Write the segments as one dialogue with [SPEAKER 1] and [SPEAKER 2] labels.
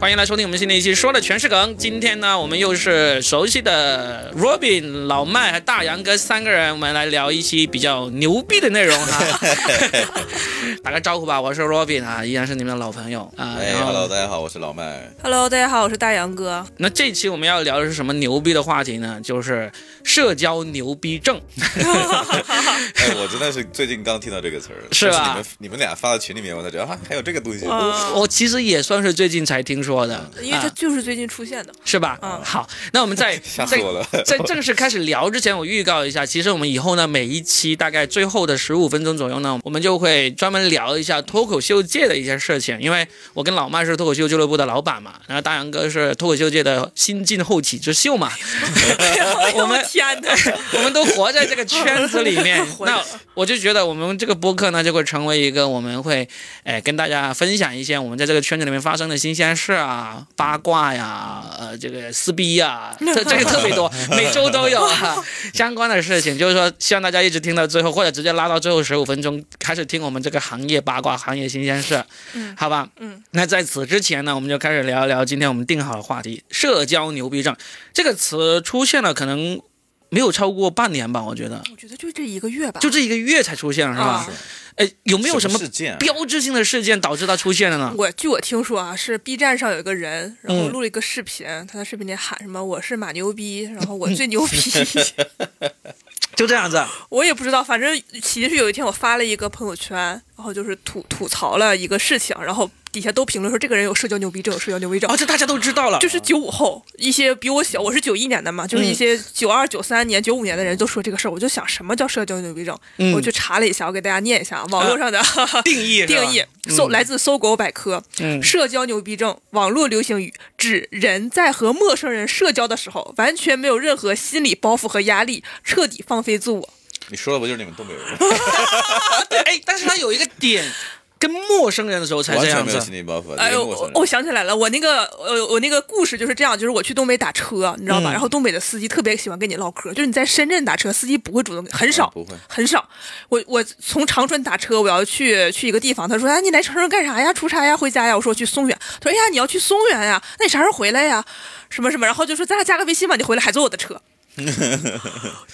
[SPEAKER 1] 欢迎来收听我们新的一期，说的全是梗。今天呢，我们又是熟悉的 Robin、老麦和大杨哥三个人，我们来聊一期比较牛逼的内容 哈。打个招呼吧，我是 Robin 啊，依然是你们的老朋友啊。
[SPEAKER 2] 哎
[SPEAKER 1] 然后
[SPEAKER 2] ，Hello，大家好，我是老麦。
[SPEAKER 3] Hello，大家好，我是大杨哥。
[SPEAKER 1] 那这期我们要聊的是什么牛逼的话题呢？就是社交牛逼症。
[SPEAKER 2] 哎，我真的是最近刚听到这个词儿，
[SPEAKER 1] 是吧哦
[SPEAKER 2] 就你们你们俩发到群里面，我才知道啊，还有这个东西。
[SPEAKER 3] 啊，
[SPEAKER 1] 我其实也算是最近才听说的，
[SPEAKER 3] 因为
[SPEAKER 1] 啊
[SPEAKER 3] 它就是最近出现 的。
[SPEAKER 1] 是吧？
[SPEAKER 3] 嗯
[SPEAKER 1] 好，那我们在
[SPEAKER 2] 吓
[SPEAKER 1] 在
[SPEAKER 2] 死我了！
[SPEAKER 1] 在正式开始聊之前，我预告一下，其实我们以后呢，每一期大概最后的十五分钟左右呢，我们就会专门聊一下脱口秀界的一些事情。因为我跟老麦是脱口秀俱乐部的老板嘛，然后大杨哥是脱口秀界的新晋后起之秀嘛， 我们
[SPEAKER 3] 哎呦天哪！
[SPEAKER 1] 我们都活在这个圈子里面
[SPEAKER 3] 。活着
[SPEAKER 1] 那我就觉得我们这个播客呢，就会成为一个我们会，哎，跟大家分享一些我们在这个圈子里面发生的新鲜事啊、八卦呀、呃，这个撕逼 呀、这这个特别多，每周都有啊相关的事情。就是说，希望大家一直听到最后，或者直接拉到最后十五分钟开始听我们这个行业八卦、行业新鲜事，
[SPEAKER 3] 嗯
[SPEAKER 1] 好吧？
[SPEAKER 3] 嗯，
[SPEAKER 1] 那在此之前呢，我们就开始聊一聊今天我们定好的话题——社交牛逼症。这个词出现了可能没有超过半年吧，我觉得
[SPEAKER 3] 我觉得就这一个月吧。
[SPEAKER 1] 就这一个月才出现是吧
[SPEAKER 3] 啊？
[SPEAKER 1] 哎，有没有什么
[SPEAKER 2] 事件啊？
[SPEAKER 1] 标志性的事件导致它出现的呢？
[SPEAKER 3] 我据我听说啊，是 B 站上有一个人，然后
[SPEAKER 1] 嗯
[SPEAKER 3] 录了一个视频，他在视频里喊什么“我是马牛逼”，然后
[SPEAKER 1] 嗯
[SPEAKER 3] 我最 牛逼。
[SPEAKER 1] 就这样子，
[SPEAKER 3] 我也不知道，反正起因是有一天我发了一个朋友圈，然后就是吐吐槽了一个事情，然后底下都评论说这个人有社交牛逼症，有社交牛逼症
[SPEAKER 1] 哦，。这大家都知道了。
[SPEAKER 3] 就是九五后，一些比我小，我是九一年的嘛，就是一些九二、九三年、九五年的人都说这个事儿，我就想什么叫社交牛逼症？
[SPEAKER 1] 嗯
[SPEAKER 3] 我去查了一下，我给大家念一下啊网络上的、
[SPEAKER 1] 定义是吧
[SPEAKER 3] 定义，搜、来自搜狗百科，
[SPEAKER 1] 嗯
[SPEAKER 3] 社交牛逼症，网络流行语，指人在和陌生人社交的时候，完全没有任何心理包袱和压力，彻底放飞自我。
[SPEAKER 2] 你说的不就是你们东北人吗？
[SPEAKER 1] 哎，但是它有一个点，跟陌生人的时候才
[SPEAKER 2] 完
[SPEAKER 1] 这
[SPEAKER 2] 全
[SPEAKER 1] 样
[SPEAKER 2] 没有心
[SPEAKER 1] 子。
[SPEAKER 2] 理包袱，
[SPEAKER 3] 哎呦，
[SPEAKER 2] 陌生
[SPEAKER 3] 我
[SPEAKER 2] 人
[SPEAKER 3] 我想起来了，我那个呃，我那个故事就是这样，就是我去东北打车，你知道吧？
[SPEAKER 1] 嗯
[SPEAKER 3] 然后东北的司机特别喜欢跟你唠嗑，就是你在深圳打车，司机不会主动，很少，
[SPEAKER 2] 啊不会
[SPEAKER 3] 很少。我我从长春打车，我要去去一个地方，他说：“哎，你来长春干啥呀？出差呀？回家呀？”我说：“去松原。”他说：“哎呀，你要去松原呀？那你啥时候回来呀？什么什么？”然后就说：“咱俩加个微信吧，你回来还坐我的车。”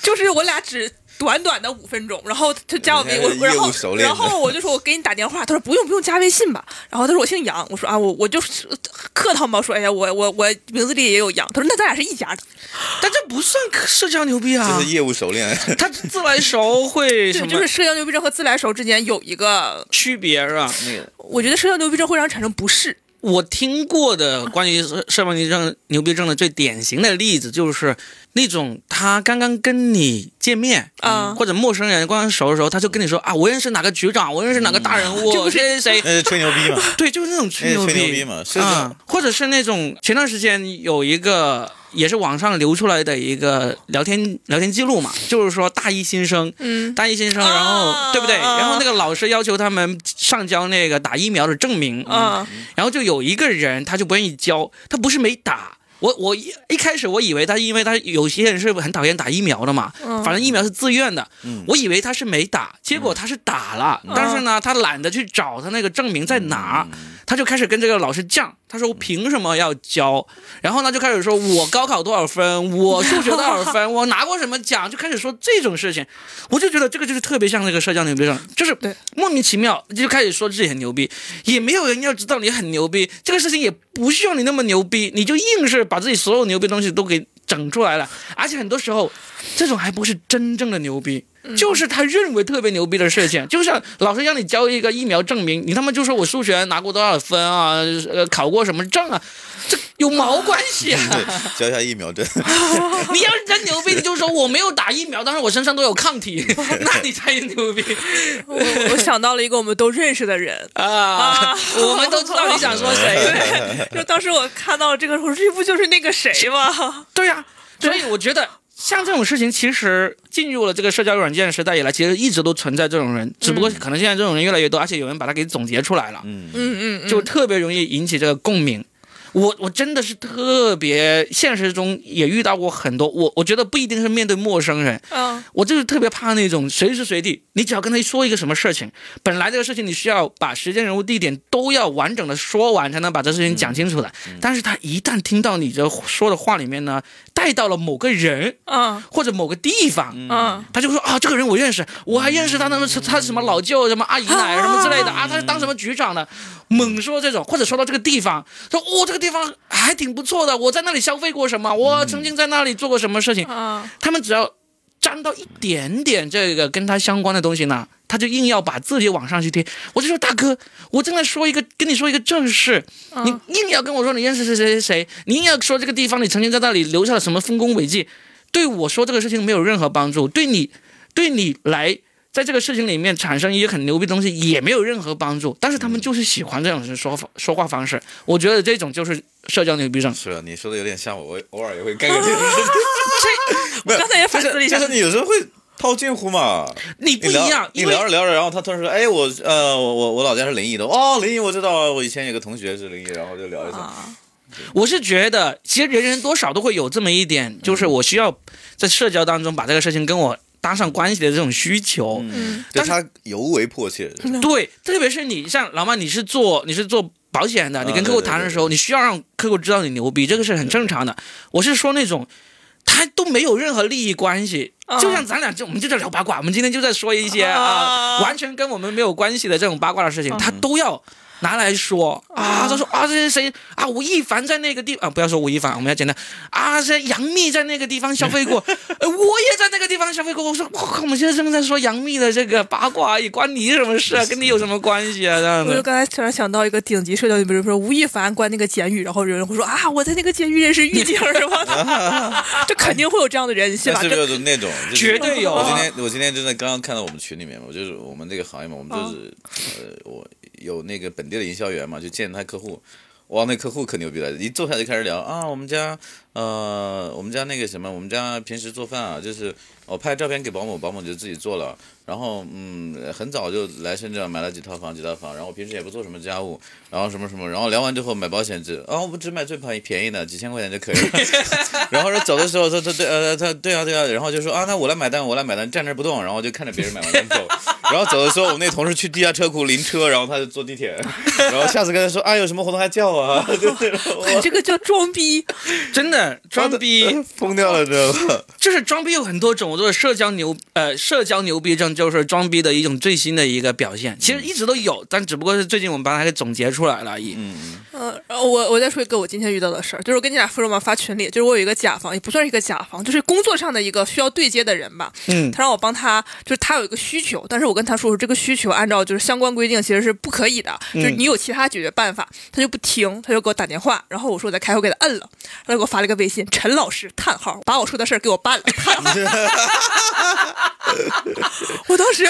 [SPEAKER 3] 就是我俩只。短短的五分钟，然后他加我微，我
[SPEAKER 2] 人家
[SPEAKER 3] 然
[SPEAKER 2] 业务
[SPEAKER 3] 后
[SPEAKER 2] 熟练
[SPEAKER 3] 然
[SPEAKER 2] 的
[SPEAKER 3] 后我就说，我给你打电话。他说不用不用，加微信吧。然后他说我姓杨，我说啊我我就是客套嘛，说哎呀我我我名字里也有杨。他说那咱俩是一家的，
[SPEAKER 1] 但这不算社交牛逼啊
[SPEAKER 2] 这是，业务熟练，
[SPEAKER 1] 它自来熟会什
[SPEAKER 3] 对，
[SPEAKER 1] 么
[SPEAKER 3] 就是社交牛逼症和自来熟之间有一个，
[SPEAKER 1] 区别是吧？
[SPEAKER 2] 那个
[SPEAKER 3] 我觉得社交牛逼症会让人产生不适。
[SPEAKER 1] 我听过的关于社社交牛逼症牛逼症的最典型的例子，就是那种他刚刚跟你见面，
[SPEAKER 3] 嗯
[SPEAKER 1] 或者陌生人刚刚熟的时候，他就跟你说啊，我认识哪个局长，我认识哪个大人物，
[SPEAKER 3] 这不是
[SPEAKER 1] 谁谁谁。
[SPEAKER 2] 那是吹牛逼嘛？
[SPEAKER 1] 对，就是那种吹
[SPEAKER 2] 那
[SPEAKER 1] 牛
[SPEAKER 2] 是
[SPEAKER 1] 逼，
[SPEAKER 2] 吹牛逼嘛是
[SPEAKER 1] 啊、
[SPEAKER 2] 的
[SPEAKER 1] 或者是那种前段时间有一个也是网上流出来的一个聊天聊天记录嘛，就是说大一新生，
[SPEAKER 3] 嗯，
[SPEAKER 1] 大一新生，然后、
[SPEAKER 3] 啊
[SPEAKER 1] 对不对？
[SPEAKER 3] 啊
[SPEAKER 1] 然后那个老师要求他们上交那个打疫苗的证明，嗯
[SPEAKER 3] 啊，
[SPEAKER 1] 然后就有一个人他就不愿意交，他不是没打。我我一一开始我以为他，因为他有些人是很讨厌打疫苗的嘛，反正疫苗是自愿的，
[SPEAKER 2] 嗯
[SPEAKER 1] 我以为他是没打，结果他是打了，但是呢，他懒得去找他那个证明在哪，他就开始跟这个老师犟，他说我凭什么要交？然后呢就开始说我高考多少分，我数学多少分，我拿过什么奖，就开始说这种事情，我就觉得这个就是特别像那个社交牛逼症，就是
[SPEAKER 3] 对
[SPEAKER 1] 莫名其妙就开始说自己很牛逼，也没有人要知道你很牛逼，这个事情也不需要你那么牛逼，你就硬是把自己所有牛逼的东西都给整出来了，而且很多时候，这种还不是真正的牛逼。就是他认为特别牛逼的事情，就像老师让你交一个疫苗证明，你他妈就说我数学拿过多少分啊，呃，考过什么证啊，这有毛关系啊！
[SPEAKER 2] 嗯对，交一下疫苗针，
[SPEAKER 1] 你要是真牛逼，你就说我没有打疫苗，但是我身上都有抗体，那你才牛逼。
[SPEAKER 3] 我我想到了一个我们都认识的人
[SPEAKER 1] 啊！我 们都知道你想说谁，
[SPEAKER 3] 对，就当时我看到这个，我说这不就是那个谁 吗？
[SPEAKER 1] 对呀、所以我觉得。像这种事情，其实进入了这个社交软件时代以来，其实一直都存在这种人，只不过可能现在这种人越来越多，而且有人把它给总结出来了。
[SPEAKER 2] 嗯，
[SPEAKER 3] 嗯嗯，
[SPEAKER 1] 就特别容易引起这个共鸣。我我真的是特别，现实中也遇到过很多，我我觉得不一定是面对陌生人，
[SPEAKER 3] 嗯，
[SPEAKER 1] 我就是特别怕那种随时随地，你只要跟他说一个什么事情，本来这个事情你需要把时间、人物、地点都要完整的说完，才能把这事情讲清楚的。但是他一旦听到你这说的话里面呢，带到了某个人
[SPEAKER 3] 嗯
[SPEAKER 1] 或者某个地方，
[SPEAKER 3] 嗯，
[SPEAKER 1] 他就会说啊，这个人我认识，我还认识他，那么他是什么老舅、什么阿姨奶什么之类的啊，他是当什么局长的，猛说这种，或者说到这个地方，说哦，这个地方还挺不错的，我在那里消费过什么，我曾经在那里做过什么事情，
[SPEAKER 3] 嗯，
[SPEAKER 1] 他们只要沾到一点点这个跟他相关的东西呢，他就硬要把自己往上去贴。我就说大哥，我正在说一个跟你说一个正事，
[SPEAKER 3] 嗯
[SPEAKER 1] 你硬要跟我说你认识谁谁谁谁，你硬要说这个地方你曾经在那里留下了什么丰功伟绩，对我说这个事情没有任何帮助，对你对你来。在这个事情里面产生一些很牛逼的东西也没有任何帮助，但是他们就是喜欢这种说法说话方式，我觉得这种就是社交牛逼症。
[SPEAKER 2] 是啊，你说的有点像我，我偶尔也会干个这种事情。
[SPEAKER 3] 我刚才也反思了一下
[SPEAKER 2] 就是，就是你有时候会套近乎嘛。
[SPEAKER 1] 你不
[SPEAKER 2] 你
[SPEAKER 1] 一
[SPEAKER 2] 聊
[SPEAKER 1] 样，
[SPEAKER 2] 你
[SPEAKER 1] 因为
[SPEAKER 2] 聊着聊着，然后他突然说：“哎，我呃，我我我老家是临沂的，哦，临沂我知道啊，我以前有个同学是临沂，然后就聊一下。
[SPEAKER 3] 啊，
[SPEAKER 1] 我是觉得，其实人人多少都会有这么一点，就是我需要在社交当中把这个事情跟我搭上关系的这种需求。
[SPEAKER 3] 嗯
[SPEAKER 2] 对
[SPEAKER 1] 但是
[SPEAKER 2] 他尤为 迫切，
[SPEAKER 1] 对，特别是你像老马，你是做你是做保险的，
[SPEAKER 2] 啊
[SPEAKER 1] 你跟客户谈的时候，你需要让客户知道你牛逼，这个是很正常的。我是说那种。他都没有任何利益关系，
[SPEAKER 3] 啊
[SPEAKER 1] 就像咱俩就我们就在聊八卦，我们今天就在说一些啊、
[SPEAKER 3] 啊嗯
[SPEAKER 1] 完全跟我们没有关系的这种八卦的事情，他都要拿来说啊。他说啊，这是谁啊？吴亦凡在那个地啊，不要说吴亦凡，我们要简单啊，是杨幂在那个地方消费过，呃，我也在那个地方消费过。我说我靠，我们现在正在说杨幂的这个八卦，也关你什么事啊？跟你有什么关系啊？这样
[SPEAKER 3] 我就
[SPEAKER 1] 的。
[SPEAKER 3] 刚才突然想到一个顶级社交，比如说吴亦凡关那个监狱，然后有人会说啊，我在那个监狱认识狱警什么的，这肯定会有这样的人，是
[SPEAKER 2] 但
[SPEAKER 3] 吧？
[SPEAKER 2] 是不
[SPEAKER 3] 这
[SPEAKER 2] 是就那种？就是
[SPEAKER 1] 绝对有啊
[SPEAKER 2] 我今天我今天真的刚刚看到我们群里面嘛，我就是我们这个行业嘛，我们就是、
[SPEAKER 1] 嗯
[SPEAKER 2] 呃，我有那个本地的营销员嘛，就见他客户。哇，那客户可牛逼了！一坐下就开始聊啊，我们家，呃，我们家那个什么，我们家平时做饭啊，就是我拍照片给保姆，保姆就自己做了。然后，嗯，很早就来深圳买了几套房，几套房。然后我平时也不做什么家务，然后什么什么。然后聊完之后买保险只啊，我们只买最便宜便宜的，几千块钱就可以了。然后说走的时候，他他对呃他对啊对啊，然后就说啊那我来买单我来买单，站那儿不动，然后就看着别人买完单走。然后走的时候，我们那同事去地下车库临车，然后他就坐地铁，然后下次跟他说啊有什么活动还叫我啊， 就是
[SPEAKER 3] 你
[SPEAKER 2] 我
[SPEAKER 3] 这个叫装逼，
[SPEAKER 1] 真的 装逼，
[SPEAKER 2] 疯掉了，知道吗？
[SPEAKER 1] 就是装逼有很多种，就是社交牛呃社交牛逼症，就是装逼的一种最新的一个表现。其实一直都有，但只不过是最近我们把它给总结出来了而已。
[SPEAKER 3] 嗯，然后我我再说一个我今天遇到的事儿，就是我跟你俩说嘛，发群里，就是我有一个甲方，也不算是一个甲方，就是工作上的一个需要对接的人吧。
[SPEAKER 1] 嗯
[SPEAKER 3] 他让我帮他，就是他有一个需求，但是我跟他说说这个需求按照就是相关规定其实是不可以的，就是你有其他解决办法，他就不听，他就给我打电话，然后我说我在开会给他摁了，然后他给我发了一个微信，陈老师叹号，把我说的事儿给我办了，叹号我当时，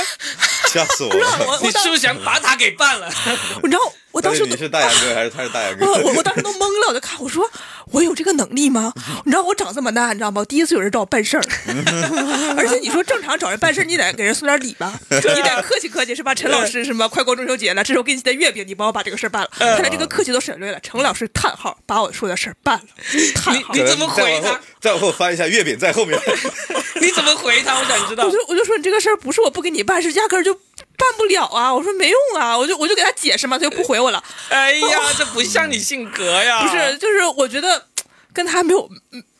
[SPEAKER 2] 吓死我了！
[SPEAKER 1] 哎你是不是想把他给办了？
[SPEAKER 3] 你知道我当
[SPEAKER 2] 但是哎
[SPEAKER 3] 时都
[SPEAKER 2] 你是大杨哥还是他是大杨哥
[SPEAKER 3] 我？ 我我当时都懵了，我就看我说我有这个能力吗？你知道我长这么大，你知道吗？第一次有人找我办事儿， 而且你说正常找人办事儿，你得给人送点礼 吧，你得客气客气是吧？陈老师是吧？快过中秋节了，这是我给你的月饼，你帮我把这个事儿办了。看来这个客气都省略了。陈老师叹号把我说的事儿办了， 叹号
[SPEAKER 1] 你。你怎么回
[SPEAKER 2] 再往
[SPEAKER 1] 他
[SPEAKER 2] 后？再往后翻一下，月饼在后 面。
[SPEAKER 1] 你怎么回他？我想知道
[SPEAKER 3] 我。就我就说你这个事儿不是我不给你办，是压根儿就办不了啊！我说没用啊，我就我就给他解释嘛，他就不回我了。
[SPEAKER 1] 哎呀，这不像你性格呀！
[SPEAKER 3] 不是，就是我觉得跟他没有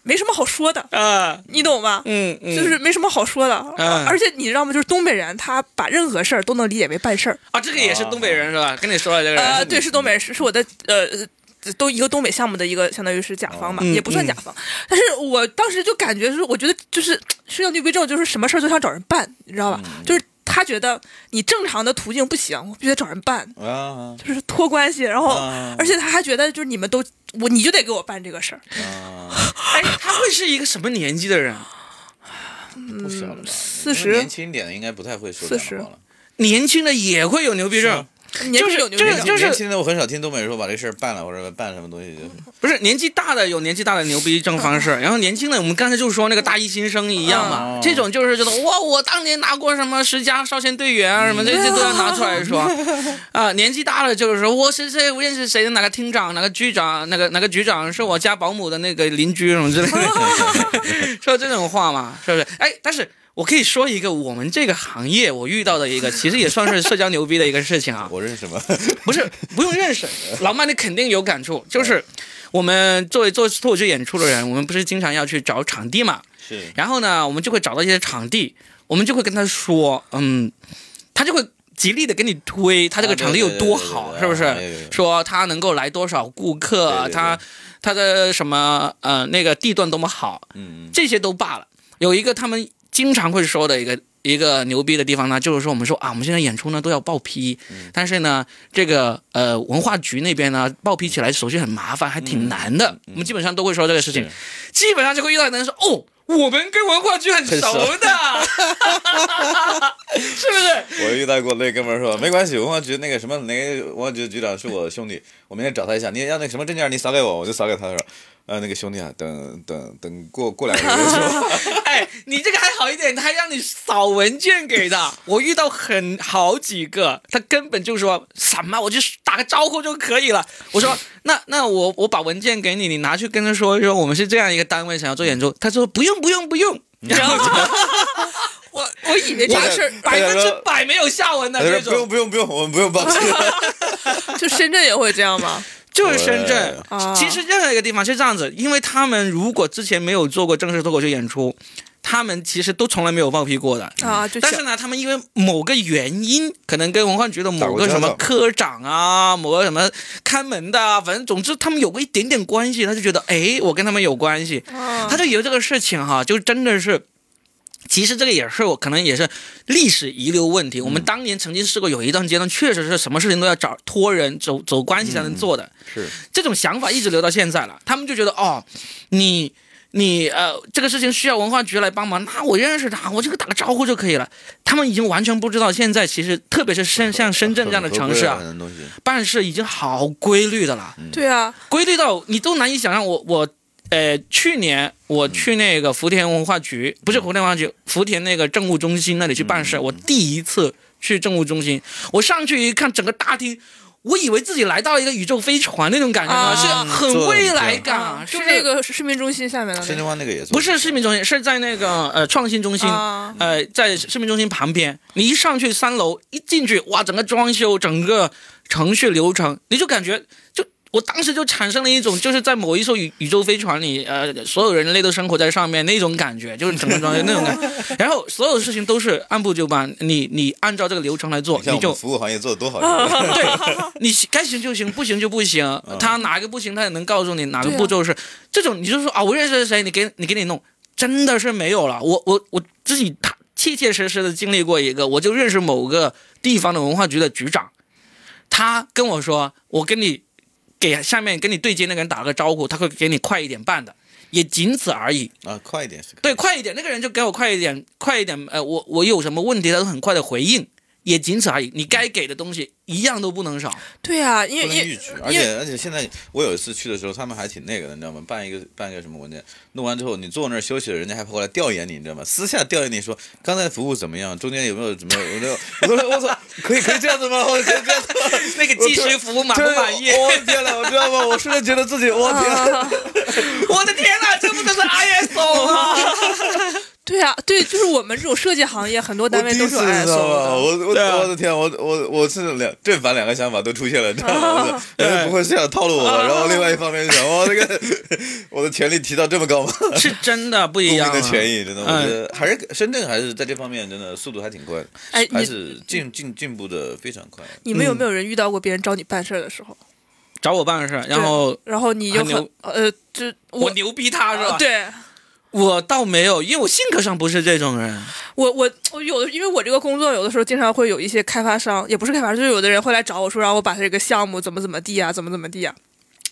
[SPEAKER 3] 没什么好说的，
[SPEAKER 1] 啊，
[SPEAKER 3] 你懂吗？
[SPEAKER 1] 嗯嗯，
[SPEAKER 3] 就是没什么好说的。啊
[SPEAKER 1] 嗯
[SPEAKER 3] 而且你知道吗？就是东北人，他把任何事儿都能理解为办事儿。
[SPEAKER 1] 啊，这个也是东北人是吧？跟你说了这个
[SPEAKER 3] 呃，
[SPEAKER 1] 人，
[SPEAKER 3] 对，是东北人，是是我的呃。都一个东北项目的一个，相当于是甲方吧，
[SPEAKER 1] 嗯
[SPEAKER 3] 也不算甲方。但是我当时就感觉是，我觉得就是社交牛逼症，就是什么事儿都想找人办，你知道吧？
[SPEAKER 1] 嗯
[SPEAKER 3] 就是他觉得你正常的途径不行，我必须得找人办，
[SPEAKER 2] 啊
[SPEAKER 3] 就是托关系。然后，
[SPEAKER 2] 啊
[SPEAKER 3] 而且他还觉得就是你们都我你就得给我办这个事儿，
[SPEAKER 2] 啊！
[SPEAKER 1] 哎，他会是一个什么年纪的人？啊嗯
[SPEAKER 2] 不小了吧，
[SPEAKER 3] 四
[SPEAKER 2] 年
[SPEAKER 3] 十
[SPEAKER 2] 轻一点的应该不太会说
[SPEAKER 3] 40
[SPEAKER 2] 这样的话了。
[SPEAKER 1] 年轻的也会有牛逼症，
[SPEAKER 3] 年
[SPEAKER 1] 就是
[SPEAKER 3] 轻有牛
[SPEAKER 1] 就
[SPEAKER 3] 逼
[SPEAKER 1] 是
[SPEAKER 3] 的，
[SPEAKER 1] 就是
[SPEAKER 2] 年轻的我很少听东北人说把这事儿办了或者办什么东西，就是
[SPEAKER 1] 不是年纪大的有年纪大的牛逼这种方式，然后年轻的我们刚才就说那个大一新生一样嘛，
[SPEAKER 2] 嗯
[SPEAKER 1] 这种就是觉得哇，我当年拿过什么十佳少先队员啊什么这这都要拿出来说，啊，年纪大了就是说我谁谁我认识谁的哪个厅长哪个局长哪个哪个局长是我家保姆的那个邻居什么之类的，说这种话嘛，是不是？哎，但是。我可以说一个我们这个行业我遇到的一个，其实也算是社交牛逼的一个事情啊。
[SPEAKER 2] 我认识吗？
[SPEAKER 1] 不是不用认 识，老麦你肯定有感触。就是我们作为做脱口秀演出的人，我们不是经常要去找场地嘛？
[SPEAKER 2] 是
[SPEAKER 1] 然后呢，我们就会找到一些场地，我们就会跟他说，嗯，他就会极力的给你推他这个场地有多好，
[SPEAKER 2] 啊
[SPEAKER 1] 是
[SPEAKER 2] 对
[SPEAKER 1] 不
[SPEAKER 2] 对
[SPEAKER 1] 是？
[SPEAKER 2] 对对对对对
[SPEAKER 1] 说他能够来多少顾客，
[SPEAKER 2] 对对对
[SPEAKER 1] 他他的什么呃那个地段多么好，
[SPEAKER 2] 嗯，
[SPEAKER 1] 这些都罢了，有一个他们经常会说的一个一个牛逼的地方呢，就是说我们说啊，我们现在演出呢都要报批，但是呢，这个呃文化局那边呢报批起来手续很麻烦，还挺难的。我们基本上都会说这个事情，基本上就会遇到人说哦。我们跟文化局很熟的， 是不是？
[SPEAKER 2] 我遇到过那哥们儿说没关系，文化局那个什么那个文化局局长是我兄弟，我明天找他一下，你要那个什么证件你扫给我，我就扫给他。他说，呃，那个兄弟啊，等等等过过两个月再说。
[SPEAKER 1] 哎，你这个还好一点，他还让你扫文件给的。 我遇到很好几个，他根本就说什么，我就打个招呼就可以了。我说 那那我我把文件给你，你拿去跟他说一说，我们是这样一个单位想要做演出。他说不用不用不 用，然后就
[SPEAKER 3] 我我以为这
[SPEAKER 2] 我
[SPEAKER 3] 个事儿
[SPEAKER 1] 百分之
[SPEAKER 2] 说
[SPEAKER 1] 百没有下文的
[SPEAKER 2] 他
[SPEAKER 1] 那
[SPEAKER 2] 说哎
[SPEAKER 1] 种。
[SPEAKER 2] 不用不用不用，我们不用报批了。
[SPEAKER 3] 就深圳也会这样吗？
[SPEAKER 1] 就是深
[SPEAKER 2] 哎
[SPEAKER 1] 圳，
[SPEAKER 3] 啊，
[SPEAKER 1] 其实任何一个地方是这样子，因为他们如果之前没有做过正式脱口秀演出，他们其实都从来没有报批过的。
[SPEAKER 3] 啊，就
[SPEAKER 1] 但是
[SPEAKER 3] 小
[SPEAKER 1] 呢，他们因为某个原因，可能跟文化局的某个什么
[SPEAKER 2] 打过交道
[SPEAKER 1] 科长啊，某个什么看门的啊，反正总之他们有过一点点关系，他就觉得哎，我跟他们有关系，
[SPEAKER 3] 啊
[SPEAKER 1] 他就以为这个事情哈，就真的是。其实这个也是我可能也是历史遗留问题。我们当年曾经试过有一段阶段，确实是什么事情都要找托人走走关系才能做的。
[SPEAKER 2] 是
[SPEAKER 1] 这种想法一直留到现在了。他们就觉得哦，你你呃，这个事情需要文化局来帮忙，那我认识他，我这个打个招呼就可以了。他们已经完全不知道，现在其实特别是深像深圳这样的城市啊，
[SPEAKER 2] 很多东西
[SPEAKER 1] 办事已经好规律的了，
[SPEAKER 3] 对啊，
[SPEAKER 1] 规律到你都难以想象我。我呃，去年我去那个福田文化局，不是福田文化局，福田那个政务中心那里去办事，我第一次去政务中心，我上去一看，整个大厅。我以为自己来到了一个宇宙飞船那种感觉呢，
[SPEAKER 3] 啊
[SPEAKER 1] 是很未来感，
[SPEAKER 3] 啊
[SPEAKER 1] 是
[SPEAKER 3] 就那个市民中心下面的
[SPEAKER 2] 深
[SPEAKER 3] 那
[SPEAKER 2] 圳湾那个也做
[SPEAKER 1] 不是市民中心，是在那个呃创新中心，
[SPEAKER 3] 个啊，
[SPEAKER 1] 呃，在市民中心旁边。你一上去三楼，一进去，哇，整个装修，整个程序流程，你就感觉就。我当时就产生了一种，就是在某一艘宇宇宙飞船里，呃，所有人类都生活在上面那种感觉，就是整个装修那种感觉。然后所有事情都是按部就班，你你按照这个流程来做，
[SPEAKER 2] 像
[SPEAKER 1] 你
[SPEAKER 2] 我
[SPEAKER 1] 就
[SPEAKER 2] 们服务行业做的多好，是吧
[SPEAKER 1] 你行该行就行，不行就不行。他哪个不行，他也能告诉你哪个
[SPEAKER 3] 对啊
[SPEAKER 1] 步骤是、这种。你就说啊，我认识谁，你给你给你弄，真的是没有了。我我我自己他切切实实的经历过一个，我就认识某个地方的文化局的局长，他跟我说，我跟你给下面跟你对接那个人打了个招呼，他会给你快一点半的，也仅此而已。
[SPEAKER 2] 啊，快一点是可以。
[SPEAKER 1] 对，快一点，那个人就给我快一点，快一点。呃，我我有什么问题，他都很快的回应，也仅此而已。你该给的东西一样都不能少。
[SPEAKER 3] 对啊，因为
[SPEAKER 2] 不能
[SPEAKER 3] 因
[SPEAKER 2] 预
[SPEAKER 3] 为
[SPEAKER 2] 举，而
[SPEAKER 3] 因为
[SPEAKER 2] 且而且现在我有一次去的时候，他们还挺那个的，你知道吗？办一个办一个什么文件，弄完之后你坐那儿休息，人家还跑过来调研你，你知道吗？私下调研你说刚才服务怎么样，中间有没有什么？我就我都说我操，可以可以这样子吗？我可以这样子吗？
[SPEAKER 1] 那个技师服务满不满意
[SPEAKER 2] 对？我的天呐，我知道吗？我瞬间觉得自己， 我
[SPEAKER 3] 啊
[SPEAKER 2] 天，
[SPEAKER 1] 我的天哪，这不就是 ISO 吗？
[SPEAKER 3] 对啊，对，就是我们这种设计行业，很多单
[SPEAKER 2] 我
[SPEAKER 3] 位
[SPEAKER 2] 第
[SPEAKER 3] 都
[SPEAKER 2] 一
[SPEAKER 3] 是
[SPEAKER 2] 次
[SPEAKER 3] 有
[SPEAKER 2] 知
[SPEAKER 3] ISO
[SPEAKER 2] 道吗？
[SPEAKER 3] 的。
[SPEAKER 2] 我我
[SPEAKER 1] 对啊
[SPEAKER 2] 我的天，我我我是两正反两个想法都出现了，你知道吗？我
[SPEAKER 1] 对
[SPEAKER 2] 说哎不会是想套路我吧？然后另外一方面想，哇，这个 我的权利提到这么高吗？
[SPEAKER 1] 是真的不一
[SPEAKER 2] 公民
[SPEAKER 1] 样、
[SPEAKER 2] 的
[SPEAKER 1] 啊。
[SPEAKER 2] 权益，真的，我
[SPEAKER 1] 嗯
[SPEAKER 2] 觉得还是深圳还是在这方面真的速度还挺快的，
[SPEAKER 3] 哎，
[SPEAKER 2] 还
[SPEAKER 3] 你
[SPEAKER 2] 是进进进步的非常快。
[SPEAKER 3] 你们有没有人遇到过别人找你办事儿的时候，
[SPEAKER 1] 找我办事，然后
[SPEAKER 3] 然后你就
[SPEAKER 1] 很牛
[SPEAKER 3] 很呃，就
[SPEAKER 1] 我牛逼他是吧？，
[SPEAKER 3] 对。
[SPEAKER 1] 我倒没有，因为我性格上不是这种人。
[SPEAKER 3] 我我我有的，因为我这个工作有的时候经常会有一些开发商，也不是开发商，就是有的人会来找我说让我把这个项目怎么怎么地啊，怎么怎么地啊。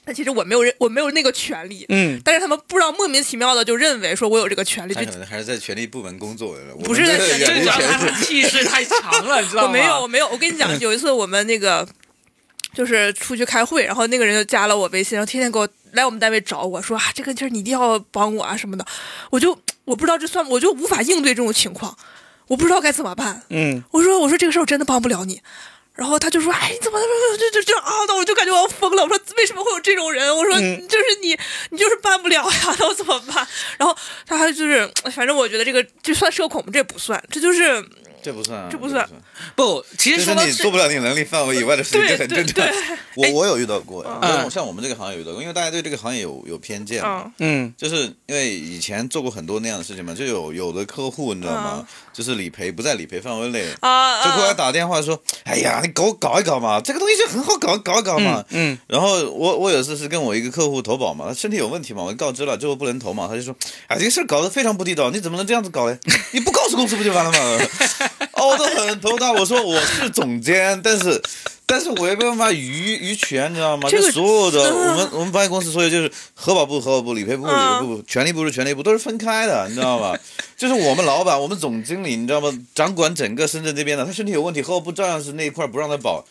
[SPEAKER 3] 但其实我没有认，我没有那个权利。
[SPEAKER 1] 嗯，
[SPEAKER 3] 但是他们不知道莫名其妙的就认为说我有这个权利，就
[SPEAKER 2] 他可能还是在权力部门工作的，
[SPEAKER 3] 不是在啊
[SPEAKER 2] 我们这个
[SPEAKER 3] 权
[SPEAKER 1] 这
[SPEAKER 3] 力
[SPEAKER 2] 远
[SPEAKER 1] 主要
[SPEAKER 2] 离
[SPEAKER 3] 部门
[SPEAKER 2] 权
[SPEAKER 1] 他是记事太长了，你知道吗？
[SPEAKER 3] 我没有，我没有。我跟你讲，有一次我们那个就是出去开会，然后那个人就加了我微信，然后天天给我来我们单位找我说啊，这个地儿你一定要帮我啊什么的。我就我不知道这算，我就无法应对这种情况，我不知道该怎么办。
[SPEAKER 1] 嗯，
[SPEAKER 3] 我说我说这个事儿我真的帮不了你。然后他就说：“哎，你怎么就就就啊？那我就感觉我要疯了。我说为什么会有这种人？我说、
[SPEAKER 1] 嗯
[SPEAKER 3] 就是你，你就是办不了呀，那我怎么办？然后他还就是，反正我觉得这个就算社恐吗，这也不算，这就是
[SPEAKER 2] 这不算啊，
[SPEAKER 3] 这不
[SPEAKER 2] 不
[SPEAKER 3] 算
[SPEAKER 1] 不，其
[SPEAKER 2] 就
[SPEAKER 1] 实
[SPEAKER 2] 是
[SPEAKER 1] 说到
[SPEAKER 2] 你
[SPEAKER 1] 这
[SPEAKER 2] 做，不了你能力范围以外的事情，
[SPEAKER 3] 对
[SPEAKER 2] 这很正常
[SPEAKER 3] 对。 哎
[SPEAKER 2] 我我有遇到过，
[SPEAKER 1] 嗯
[SPEAKER 2] 我像我们这个行业有遇到过，因为大家对这个行业有有偏见嘛
[SPEAKER 3] 嗯。
[SPEAKER 1] 嗯
[SPEAKER 2] 就是因为以前做过很多那样的事情嘛，就有有的客户你知道
[SPEAKER 3] 嗯
[SPEAKER 2] 吗？就是理赔不在理赔范围内，
[SPEAKER 3] 啊啊，
[SPEAKER 2] 就过来打电话说：“哎呀，你搞搞一搞嘛，这个东西就很好搞，搞一搞嘛。
[SPEAKER 1] 嗯，
[SPEAKER 2] 然后我我有一次是跟我一个客户投保嘛，他身体有问题嘛，我就告知了，最后不能投嘛，他就说：“哎，这个事儿搞得非常不地道，你怎么能这样子 搞嘞？你不告诉公司不就完了吗？” 哦，都很头大。我说我是总监，但是但是我也没办法逾逾权，你知道吗？
[SPEAKER 3] 这个
[SPEAKER 2] 就所有的
[SPEAKER 3] 嗯
[SPEAKER 2] 我们 我们保险公司所有就是核保部、核保部、理赔部、理
[SPEAKER 3] 嗯
[SPEAKER 2] 赔部、权利部是权利部，都是分开的，你知道吗？就是我们老板，我们总经理，你知道吗？掌管整个深圳这边的，他身体有问题，核保部照样是那一块儿不让他保。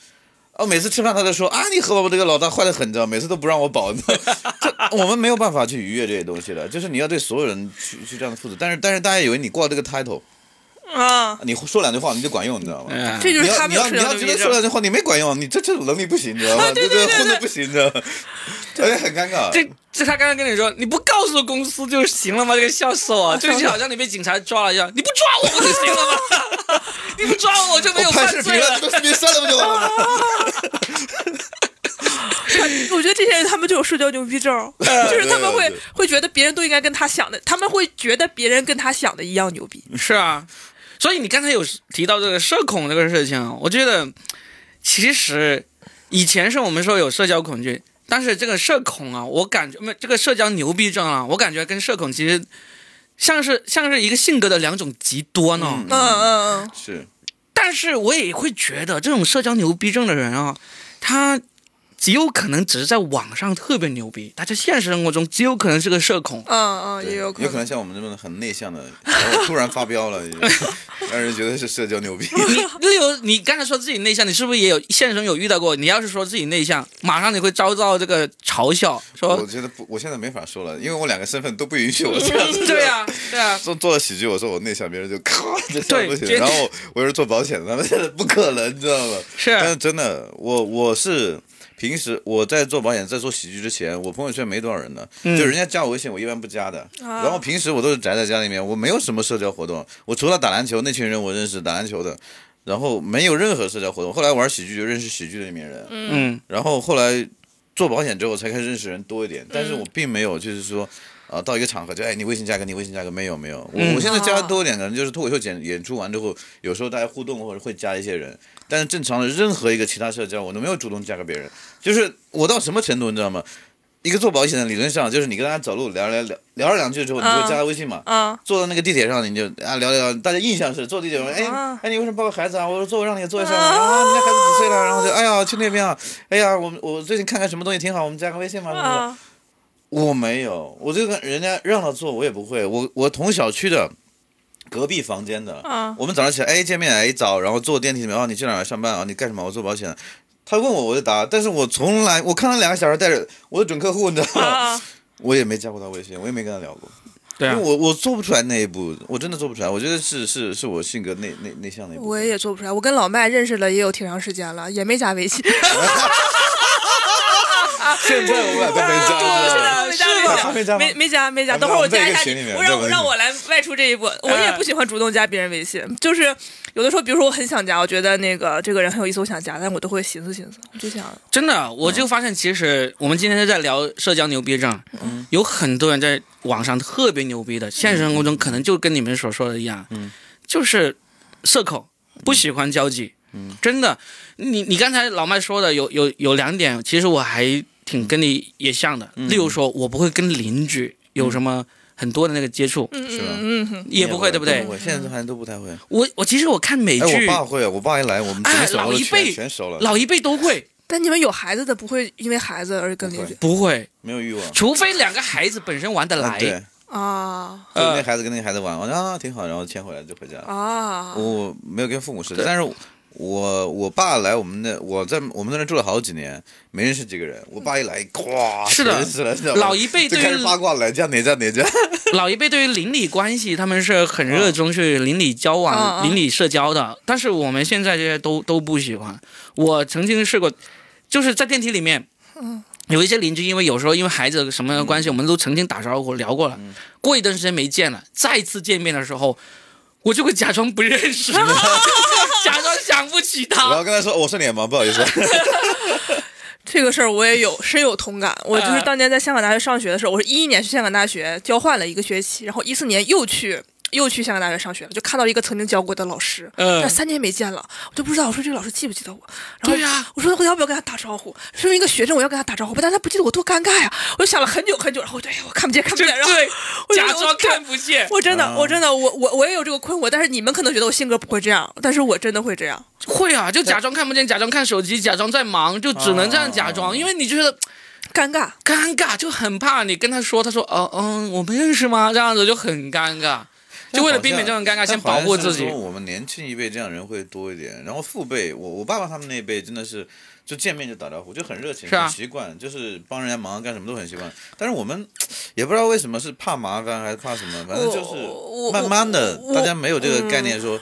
[SPEAKER 2] 哦，每次吃饭他都说啊，你核保部这个老大坏的很，你知道吗，每次都不让我保。 这我们没有办法去逾越这些东西的，就是你要对所有人去去这样的负责。但是但是大家以为你挂这个 title，
[SPEAKER 3] 啊，
[SPEAKER 2] 你说两句话你就管用，你知道吗？
[SPEAKER 1] 嗯
[SPEAKER 3] 这就是他
[SPEAKER 2] 你
[SPEAKER 3] 没有
[SPEAKER 2] 要
[SPEAKER 3] 社
[SPEAKER 2] 你要
[SPEAKER 3] 交
[SPEAKER 2] 你要
[SPEAKER 3] 牛
[SPEAKER 2] 觉
[SPEAKER 3] 逼
[SPEAKER 2] 得说
[SPEAKER 3] 症。
[SPEAKER 2] 两句话你没管用，你这这种能力不行，你知道吗？
[SPEAKER 3] 啊对对
[SPEAKER 2] 这
[SPEAKER 3] 对
[SPEAKER 2] 混的
[SPEAKER 3] 对
[SPEAKER 2] 不行，你知道 吗？而且很尴尬。
[SPEAKER 1] 这这他刚刚跟你说，你不告诉公司就行了吗？哦这个笑死我，就就好像你被警察抓了一样，你不抓我不就行了 吗？你不抓我我就没有
[SPEAKER 2] 我拍
[SPEAKER 1] 犯
[SPEAKER 2] 视频
[SPEAKER 1] 罪
[SPEAKER 2] 了，
[SPEAKER 1] 了
[SPEAKER 2] 这。个视频删了不就完了吗？
[SPEAKER 3] 我觉得这些人他们就有社交牛逼症，就是他们
[SPEAKER 2] 哎对对
[SPEAKER 3] 会
[SPEAKER 2] 对
[SPEAKER 3] 会觉得别人都应该跟他想的，他们会觉得别人跟他想的一样牛逼。
[SPEAKER 1] 是啊，所以你刚才有提到这个社恐这个事情啊，我觉得其实以前是我们说有社交恐惧，但是这个社恐啊，我感觉没这个社交牛逼症啊，我感觉跟社恐其实像是像是一个性格的两种极端哦。
[SPEAKER 2] 嗯
[SPEAKER 3] 嗯嗯嗯，
[SPEAKER 2] 是，
[SPEAKER 1] 但是我也会觉得这种社交牛逼症的人啊，他极有可能只是在网上特别牛逼，他在现实生活中极有可能是个社恐。
[SPEAKER 3] 嗯嗯，也
[SPEAKER 2] 有
[SPEAKER 3] 可能。
[SPEAKER 2] 像我们这么很内向的， 然后突然发飙了，让人觉得是社交 牛逼。
[SPEAKER 1] 你例如你刚才说自己内向，你是不是也有现实中有遇到过？你要是说自己内向，马上你会遭到这个嘲笑，
[SPEAKER 2] 我
[SPEAKER 1] 说
[SPEAKER 2] 觉得不，我现在没法说了，因为我两个身份都不允许我这样子。
[SPEAKER 1] 对
[SPEAKER 3] 啊
[SPEAKER 1] 呀、对呀、
[SPEAKER 2] 做做了喜剧，我说我内向，别人就咔就笑
[SPEAKER 1] 对
[SPEAKER 2] 不起
[SPEAKER 1] 绝对
[SPEAKER 2] 来。然后我又是做保险的，他们现在不可能，你知道吗？ 但是
[SPEAKER 1] 是
[SPEAKER 2] 真的，我我是平时我在做保险、在做喜剧之前，我朋友圈没多少人的，就人家加我微信，我一般不加的。然后平时我都是宅在家里面，我没有什么社交活动，我除了打篮球那群人我认识打篮球的，然后没有任何社交活动。后来玩喜剧就认识喜剧的那边人，
[SPEAKER 1] 嗯
[SPEAKER 2] 然后后来做保险之后才开始认识人多一点，但
[SPEAKER 3] 嗯
[SPEAKER 2] 是我并没有就是说。啊，到一个场合就哎，你微信加个，你微信加个，没有没有，我、
[SPEAKER 1] 嗯
[SPEAKER 2] 我现在加
[SPEAKER 3] 哦
[SPEAKER 2] 多一点，可能就是脱口秀演演出完之后，有时候大家互动或者会加一些人，但是正常的任何一个其他社交，我都没有主动加给别人。就是我到什么程度，你知道吗？一个做保险的，理论上就是你跟大家走路聊聊聊聊了两句之后，你
[SPEAKER 3] 嗯
[SPEAKER 2] 会加他微信嘛？
[SPEAKER 3] 嗯
[SPEAKER 2] 坐到那个地铁上，你就啊聊聊，大家印象是坐地铁上，哎、
[SPEAKER 3] 啊
[SPEAKER 2] 哎，你为什么抱个孩子啊？我说坐我让你也坐一下，
[SPEAKER 3] 啊
[SPEAKER 2] 啊，人家孩子几岁了？然后就哎呀去那边啊，哎呀我们我最近看看什么东西挺好，我们加个微信嘛什么的。
[SPEAKER 3] 嗯
[SPEAKER 2] 我没有，我就跟人家让他坐，我也不会。我我同小区的隔壁房间的，
[SPEAKER 3] 嗯
[SPEAKER 2] 我们早上起来哎见面哎早，然后坐电梯里面啊你去哪儿上班啊你干什么？我做保险。他问我我就答，但是我从来我看他两个小时带着我的准客户，你知道
[SPEAKER 3] 啊
[SPEAKER 2] 吗？
[SPEAKER 3] 啊，
[SPEAKER 2] 我也没加过他微信，我也没跟他聊过，
[SPEAKER 1] 对啊
[SPEAKER 2] 因为，我我做不出来那一步，我真的做不出来。我觉得是是是我性格内内内向的一部分。
[SPEAKER 3] 我也做不出来。我跟老麦认识了也有挺长时间了，也没加微 信。
[SPEAKER 2] 现在我们俩都没啊
[SPEAKER 1] 啊
[SPEAKER 2] 加
[SPEAKER 3] 我现
[SPEAKER 2] 了。
[SPEAKER 3] 在没加微信
[SPEAKER 2] 是吗
[SPEAKER 3] 没没加没加，
[SPEAKER 2] 啊
[SPEAKER 3] 等会儿我加一下
[SPEAKER 2] 我们在一个群里
[SPEAKER 3] 你，
[SPEAKER 2] 面
[SPEAKER 3] 我
[SPEAKER 2] 在
[SPEAKER 3] 让
[SPEAKER 2] 微
[SPEAKER 3] 我
[SPEAKER 2] 信
[SPEAKER 3] 让我来外出这一步，哎我也不喜欢主动加别人微信，就是有的时候，比如说我很想加，我觉得那个这个人很有意思，我想加，但我都会寻思寻思，我就想
[SPEAKER 1] 真的，
[SPEAKER 2] 嗯
[SPEAKER 1] 我就发现其实我们今天在聊社交牛逼症，
[SPEAKER 2] 嗯
[SPEAKER 1] 有很多人在网上特别牛逼的，现实生活中可能就跟你们所说的一样，
[SPEAKER 2] 嗯
[SPEAKER 1] 就是社恐，不喜欢交际。
[SPEAKER 2] 嗯
[SPEAKER 1] 真的，你你刚才老麦说的有有有两点，其实我还挺跟你也像的。
[SPEAKER 2] 嗯
[SPEAKER 1] 例如说，我不会跟邻居有什么很多的那个接触，
[SPEAKER 3] 嗯
[SPEAKER 2] 是吧
[SPEAKER 3] 嗯嗯嗯，
[SPEAKER 1] 也不会，对
[SPEAKER 2] 不
[SPEAKER 1] 对？啊
[SPEAKER 2] 我现在好像都不太会。
[SPEAKER 1] 我我其实我看美
[SPEAKER 2] 哎，我
[SPEAKER 1] 剧，
[SPEAKER 2] 爸会，我爸一来，我们整
[SPEAKER 1] 哎
[SPEAKER 2] 个小
[SPEAKER 1] 老
[SPEAKER 2] 屋
[SPEAKER 1] 一
[SPEAKER 2] 全
[SPEAKER 1] 辈
[SPEAKER 2] 全熟了。
[SPEAKER 1] 老一辈都会，
[SPEAKER 3] 但你们有孩子的不会因为孩子而跟邻居
[SPEAKER 1] 不会，
[SPEAKER 2] 没有欲望。
[SPEAKER 1] 除非两个孩子本身玩得
[SPEAKER 2] 啊
[SPEAKER 1] 来。
[SPEAKER 2] 对，
[SPEAKER 3] 啊
[SPEAKER 2] 就那
[SPEAKER 1] 呃
[SPEAKER 2] 孩子跟那个孩子玩，我说啊挺好，然后牵回来就回家了。
[SPEAKER 3] 啊
[SPEAKER 2] 我没有跟父母说，
[SPEAKER 1] 对
[SPEAKER 2] 但是我我爸来我们那，我在我们那儿住了好几年，没认识几个人。我爸一来，咵，
[SPEAKER 1] 是的
[SPEAKER 2] 全认识了，知道吧
[SPEAKER 1] 老一辈
[SPEAKER 2] 就
[SPEAKER 1] 对
[SPEAKER 2] 开始八
[SPEAKER 1] 于
[SPEAKER 2] 卦了，家哪家哪家，
[SPEAKER 1] 老一辈对于邻里关系，他们是很热衷去邻里交
[SPEAKER 3] 嗯
[SPEAKER 1] 往、
[SPEAKER 3] 嗯
[SPEAKER 1] 邻里社交的。但是我们现在这些都都不喜欢。我曾经试过，就是在电梯里面，
[SPEAKER 3] 嗯
[SPEAKER 1] 有一些邻居，因为有时候因为孩子什么样的关系，我们都曾经打招呼聊过了。
[SPEAKER 3] 嗯
[SPEAKER 1] 过一段时间没见了，再次见面的时候，我就会假装不认识， 假装想不起
[SPEAKER 2] 然
[SPEAKER 1] 他。
[SPEAKER 2] 后跟他说哦我是脸盲，不好意思。
[SPEAKER 3] 这个事儿我也有深有同感。我
[SPEAKER 1] 嗯
[SPEAKER 3] 就是当年在香港大学上学的时候，我是一一年去香港大学交换了一个学期，然后一四年又去又去香港大学上学了，就看到一个曾经教过的老师，
[SPEAKER 1] 嗯
[SPEAKER 3] 但三年没见了，我就不知道我说这个老师记不记得我。然后
[SPEAKER 1] 对呀
[SPEAKER 3] 我说我要不要跟他打招呼？身为一个学生，我要跟他打招呼，不但他不记得我多尴尬呀、我就想了很久很久，然后我就哎呀我看不见看不
[SPEAKER 1] 对
[SPEAKER 3] 见，然后
[SPEAKER 1] 对，
[SPEAKER 3] 我就
[SPEAKER 1] 假装看不见，
[SPEAKER 3] 我真的
[SPEAKER 2] 啊
[SPEAKER 3] 我真的我我我也有这个困惑，但是你们可能觉得我性格不会这样，但是我真的会这样。
[SPEAKER 1] 会啊，就假装看不见，假装看手机，假装在忙，就只能这样假装，
[SPEAKER 2] 哦
[SPEAKER 1] 因为你觉得
[SPEAKER 3] 尴尬，
[SPEAKER 1] 尴尬，就很怕你跟他说，他说哦嗯，我们认识吗？这样子就很尴尬，就为了避免这种尴尬，先保护自己
[SPEAKER 2] 但好像是。说我们年轻一辈这样人会多一点，然后父辈，我我爸爸他们那一辈真的是就见面就打招呼，就很热情，
[SPEAKER 1] 是啊
[SPEAKER 2] 很习惯，就是帮人家忙啊干什么都很习惯。但是我们也不知道为什么是怕麻烦还是怕什么，反正就
[SPEAKER 3] 我我
[SPEAKER 2] 是慢慢的
[SPEAKER 3] 我，嗯
[SPEAKER 2] 大家没有这个概念说。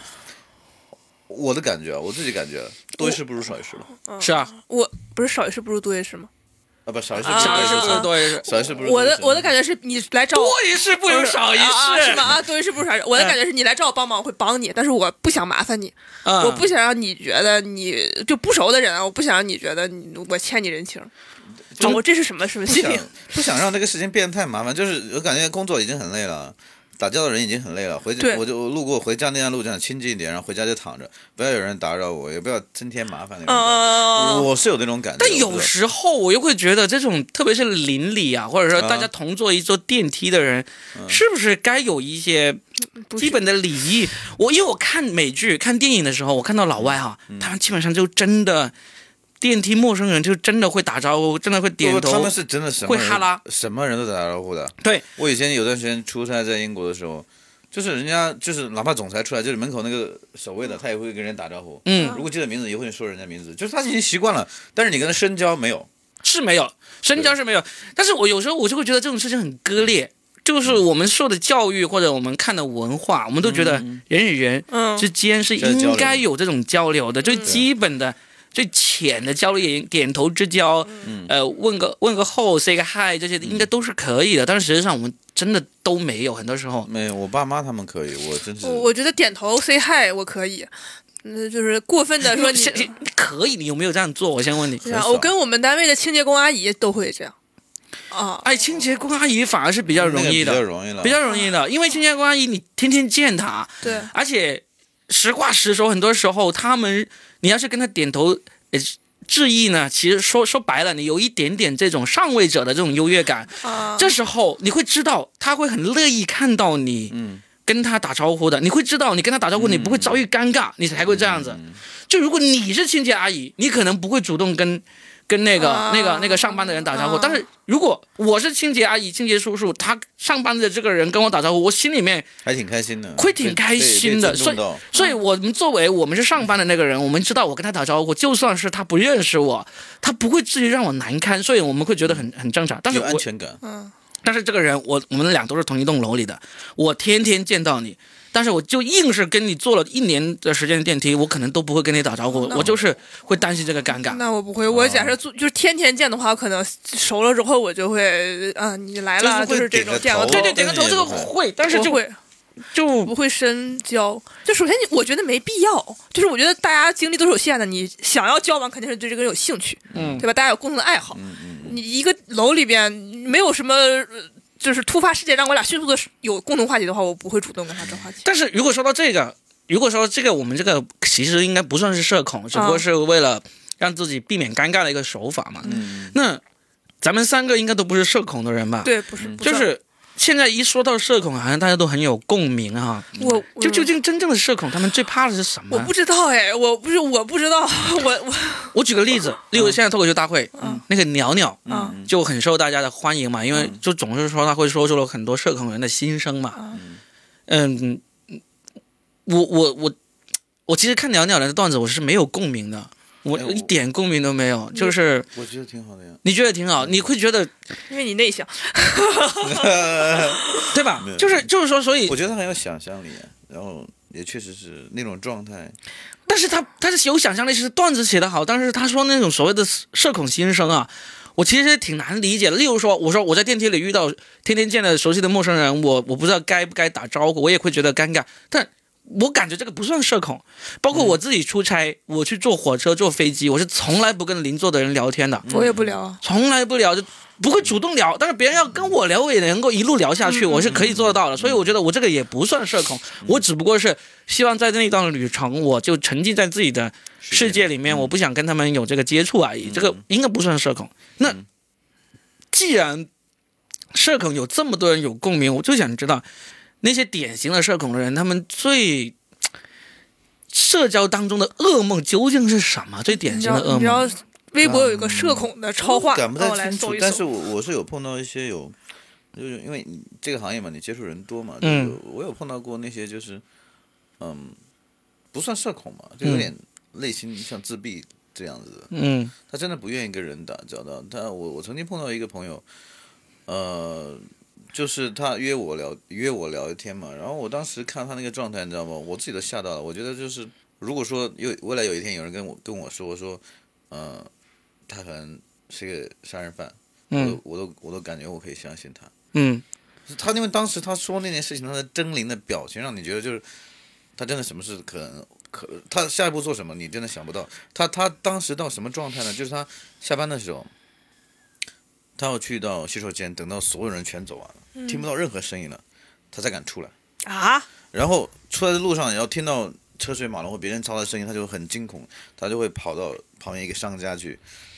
[SPEAKER 2] 我的感觉，啊，我自己感觉，多一事不如少一事吧。
[SPEAKER 1] 是啊，
[SPEAKER 3] 我不是少一事不如多一事吗？
[SPEAKER 2] 啊，不，少一事
[SPEAKER 3] 啊
[SPEAKER 1] 少
[SPEAKER 2] 不
[SPEAKER 1] 一
[SPEAKER 2] 如
[SPEAKER 1] 事
[SPEAKER 2] 多
[SPEAKER 1] 不
[SPEAKER 2] 一
[SPEAKER 1] 如多
[SPEAKER 2] 事，
[SPEAKER 1] 一事，
[SPEAKER 2] 少一事不如
[SPEAKER 3] 我
[SPEAKER 2] 多一
[SPEAKER 3] 的
[SPEAKER 2] 事
[SPEAKER 3] 我的感觉是你来找我
[SPEAKER 1] 多一事不如少一
[SPEAKER 3] 啊啊是
[SPEAKER 1] 事
[SPEAKER 3] 吗？啊，多一事不如少一事。我的感觉是你来找我帮忙，我会帮你，但是我不想麻烦你，
[SPEAKER 1] 嗯
[SPEAKER 3] 我不想让你觉得你就不熟的人啊，我不想让你觉得你我欠你人情。啊，我这是什么什么
[SPEAKER 2] 不
[SPEAKER 3] 心
[SPEAKER 2] 想
[SPEAKER 3] 理？
[SPEAKER 2] 不想让这个事情变得太麻烦，就是我感觉工作已经很累了。打交道的人已经很累了，回
[SPEAKER 3] 对
[SPEAKER 2] 家我就路过回家那条路就想清静一点，然后回家就躺着，不要有人打扰我，也不要增添麻
[SPEAKER 3] 哦
[SPEAKER 2] 烦那种感觉。
[SPEAKER 3] 嗯，
[SPEAKER 2] 我是有那种感觉，
[SPEAKER 1] 但
[SPEAKER 2] 我
[SPEAKER 1] 有
[SPEAKER 2] 不知
[SPEAKER 1] 时
[SPEAKER 2] 道
[SPEAKER 1] 候我又会觉得，这种特别是邻里啊，或者说
[SPEAKER 2] 啊
[SPEAKER 1] 大家同坐一坐电梯的人，是不是该有一些
[SPEAKER 3] 不是
[SPEAKER 1] 基本的礼仪？我因为我看美剧、看电影的时候，我看到老外哈、
[SPEAKER 2] 嗯
[SPEAKER 1] 他们基本上就真的电梯陌生人就真的会打招呼，真的会点
[SPEAKER 2] 不他
[SPEAKER 1] 头
[SPEAKER 2] 们。是真的什么
[SPEAKER 1] 会
[SPEAKER 2] 人
[SPEAKER 1] 哈拉
[SPEAKER 2] 什么人都打招呼的。
[SPEAKER 1] 对，
[SPEAKER 2] 我以前有段时间出差在英国的时候，就是人家就是哪怕总裁出来，就是门口那个守卫的，他也会跟人打招呼。
[SPEAKER 1] 嗯，
[SPEAKER 2] 如果记得名字，也会说人家名字，就是他已经习惯了。但是你跟他深交没有？
[SPEAKER 1] 是没有深交是没有，但是我有时候我就会觉得这种事情很割裂。就是我们受的教育或者我们看的文化，我们都觉得人与人
[SPEAKER 3] 嗯
[SPEAKER 1] 之间是
[SPEAKER 2] 这是交
[SPEAKER 1] 应
[SPEAKER 2] 流
[SPEAKER 1] 该有这种交流的，最基本的、最浅的交流，点点头之交，呃，问个问个候，say 个 hi，这些应该都是可以的。但是实际上我们真的都没有，很多时候
[SPEAKER 3] 嗯
[SPEAKER 2] 没有，我爸妈他们可以，我真是
[SPEAKER 3] 我我觉得点头 say hi 我可以，嗯，就是过分 的说
[SPEAKER 1] 是
[SPEAKER 3] 你。
[SPEAKER 1] 可以，你有没有这样做？我先问你。
[SPEAKER 3] 是
[SPEAKER 2] 很
[SPEAKER 3] 啊，
[SPEAKER 2] 少
[SPEAKER 3] 我跟我们单位的清洁工阿姨都会这样。啊，
[SPEAKER 1] 哎，清洁工阿姨反而是比较容易
[SPEAKER 2] 嗯那个比较
[SPEAKER 1] 的，
[SPEAKER 2] 容易了，
[SPEAKER 1] 比较容易的，因为清洁工阿姨你天天见她，
[SPEAKER 3] 对，
[SPEAKER 1] 而且实话实说，很多时候他们，你要是跟他点头，呃，致意呢，其实说说白了，你有一点点这种上位者的这种优越感，
[SPEAKER 3] 啊，
[SPEAKER 1] 这时候你会知道他会很乐意看到你，
[SPEAKER 2] 嗯
[SPEAKER 1] 跟他打招呼的，你会知道你跟他打招呼，你不会遭遇尴尬，你才会这样子。
[SPEAKER 3] 嗯
[SPEAKER 2] 嗯
[SPEAKER 1] 就如果你是清洁阿姨，你可能不会主动跟跟那个、
[SPEAKER 3] 啊
[SPEAKER 1] 那个那个上班的人打招呼，
[SPEAKER 3] 啊
[SPEAKER 1] 但是如果我是清洁阿姨、清洁叔叔，他上班的这个人跟我打招呼，我心里面
[SPEAKER 2] 还挺开心的，
[SPEAKER 1] 会挺开心的
[SPEAKER 2] 被被被
[SPEAKER 1] 所以
[SPEAKER 2] 震动到
[SPEAKER 1] 所以我们作为我们是上班的那个人，我们知道我跟他打招呼，就算是他不认识我，他不会至于让我难堪，所以我们会觉得很很正常。但是
[SPEAKER 2] 有安
[SPEAKER 1] 我
[SPEAKER 2] 全感。
[SPEAKER 3] 嗯，
[SPEAKER 1] 但是这个人，我我们俩都是同一栋楼里的，我天天见到你，但是我就硬是跟你坐了一年的时间的电梯，我可能都不会跟你打招呼，
[SPEAKER 3] 哦那
[SPEAKER 1] 我就是会担心这个尴尬。
[SPEAKER 3] 那我不会，我假设做就是天天见的话，我可能熟了之后我就会，嗯、你来了
[SPEAKER 2] 就是会
[SPEAKER 3] 就是这
[SPEAKER 2] 点个
[SPEAKER 3] 种见过，
[SPEAKER 2] 头
[SPEAKER 1] 对
[SPEAKER 3] 对
[SPEAKER 1] 对，
[SPEAKER 3] 对，
[SPEAKER 1] 点个头这个会，但
[SPEAKER 3] 但
[SPEAKER 1] 是
[SPEAKER 3] 是
[SPEAKER 1] 就
[SPEAKER 3] 会
[SPEAKER 1] 就
[SPEAKER 3] 不会深交。就首先你，我觉得没必要，就是我觉得大家精力都是有限的，你想要交往，肯定是对这个人有兴趣，
[SPEAKER 1] 嗯
[SPEAKER 3] 对吧？大家有共同的爱好，
[SPEAKER 2] 嗯嗯，
[SPEAKER 3] 你一个楼里边没有什么。呃就是突发事件让我俩迅速的有共同话题的话，我不会主动跟他找话题。
[SPEAKER 1] 但是如果说到这个，如果说这个我们这个其实应该不算是社恐，只不
[SPEAKER 3] 嗯
[SPEAKER 1] 过是为了让自己避免尴尬的一
[SPEAKER 2] 嗯
[SPEAKER 1] 个手法嘛。那咱们三个应该都不是社恐的人吧？，
[SPEAKER 3] 对，不是，不
[SPEAKER 1] 嗯就
[SPEAKER 3] 算
[SPEAKER 1] 是现在一说到社恐，好像大家都很有共鸣啊。
[SPEAKER 3] 我
[SPEAKER 1] 就究竟真正的社恐，他们最怕的是什么？
[SPEAKER 3] 嗯我不知道哎，我不是我不知道， 我我
[SPEAKER 1] 我举个例
[SPEAKER 3] 嗯
[SPEAKER 1] 子，例如现在脱口秀大会，那个鸟鸟
[SPEAKER 3] 啊
[SPEAKER 1] 就很受大家的欢迎嘛，因
[SPEAKER 3] 嗯
[SPEAKER 1] 为就总是说他会说出了很多社恐人的心声嘛。
[SPEAKER 3] 啊
[SPEAKER 1] 嗯，我我我我其实看鸟鸟的段子，我是没有共鸣的，我
[SPEAKER 2] 哎我
[SPEAKER 1] 一点共鸣都没有。
[SPEAKER 3] 嗯
[SPEAKER 1] 就是
[SPEAKER 2] 我觉得挺好的呀。
[SPEAKER 1] 你觉得挺好，你会觉得
[SPEAKER 3] 因为你内向，
[SPEAKER 1] 对吧
[SPEAKER 3] 嗯
[SPEAKER 2] 有？
[SPEAKER 1] 就是就是说，所以
[SPEAKER 2] 我觉得他很有想象力，啊然后也确实是那种状态。
[SPEAKER 1] 但是他他是有想象力，是段子写得好，但是他说那种所谓的社恐心声啊，我其实挺难理解的。例如说，我说我在电梯里遇到天天见的熟悉的陌生人，我我不知道该不该打招呼，我也会觉得尴尬，但。我感觉这个不算社恐，包括我自己出差，我去坐火车、坐飞机，我是从来不跟邻座的人聊天的，
[SPEAKER 3] 我也不聊。啊
[SPEAKER 1] 从来不聊，就不会主动聊。但是别人要跟我聊，我也能够一路聊下去，我是可以做得到的。所以我觉得我这个也不算社恐，我只不过是希望在那一段旅程，我就沉浸在自己的世
[SPEAKER 2] 嗯
[SPEAKER 1] 界里面，我不想跟他们有这个接触而已。这个应该不算社恐。那既然社恐有这么多人有共鸣，我就想知道那些典型的社恐的人，他们最。社交当中的噩梦究竟是什么？最典
[SPEAKER 3] 你知
[SPEAKER 1] 型的嗯
[SPEAKER 3] 道
[SPEAKER 1] 噩
[SPEAKER 3] 你知
[SPEAKER 1] 梦，
[SPEAKER 3] 道微博有一个社恐的超话，
[SPEAKER 2] 赶不
[SPEAKER 3] 让我
[SPEAKER 2] 太
[SPEAKER 3] 来
[SPEAKER 2] 清
[SPEAKER 3] 搜
[SPEAKER 2] 楚
[SPEAKER 3] 一，
[SPEAKER 2] 但是
[SPEAKER 3] 搜。
[SPEAKER 2] 我我是有碰到一些有，就是因为你这个行业嘛，你接触人多嘛，
[SPEAKER 1] 嗯
[SPEAKER 2] 就是我有碰到过那些就是，嗯，不算社恐嘛，就有点内心像自闭这样子的，
[SPEAKER 1] 嗯
[SPEAKER 2] 他真的不愿意跟人打交道。他我我曾经碰到一个朋友，呃，就是他约我聊约我聊天嘛，然后我当时看他那个状态，你知道吗？我自己都吓到了。我觉得就是如果说有未来有一天有人跟我跟我说说，呃，他可能是个杀人犯，
[SPEAKER 1] 嗯
[SPEAKER 2] 我都我都我都感觉我可以相信他。
[SPEAKER 1] 嗯
[SPEAKER 2] 他因为当时他说那件事情，他的狰狞的表情让你觉得就是他真的什么事可能可他下一步做什么，你真的想不到。他他当时到什么状态呢？就是他下班的时候，他要去到洗手间，等到所有人全走完啊了，听不到任何声音了，啊他才敢出来。
[SPEAKER 3] 啊，
[SPEAKER 2] 然后出来的路上，然后听到车水马龙或别人嘈杂的声音，他就很惊恐，他就会跑到旁边一个商家去，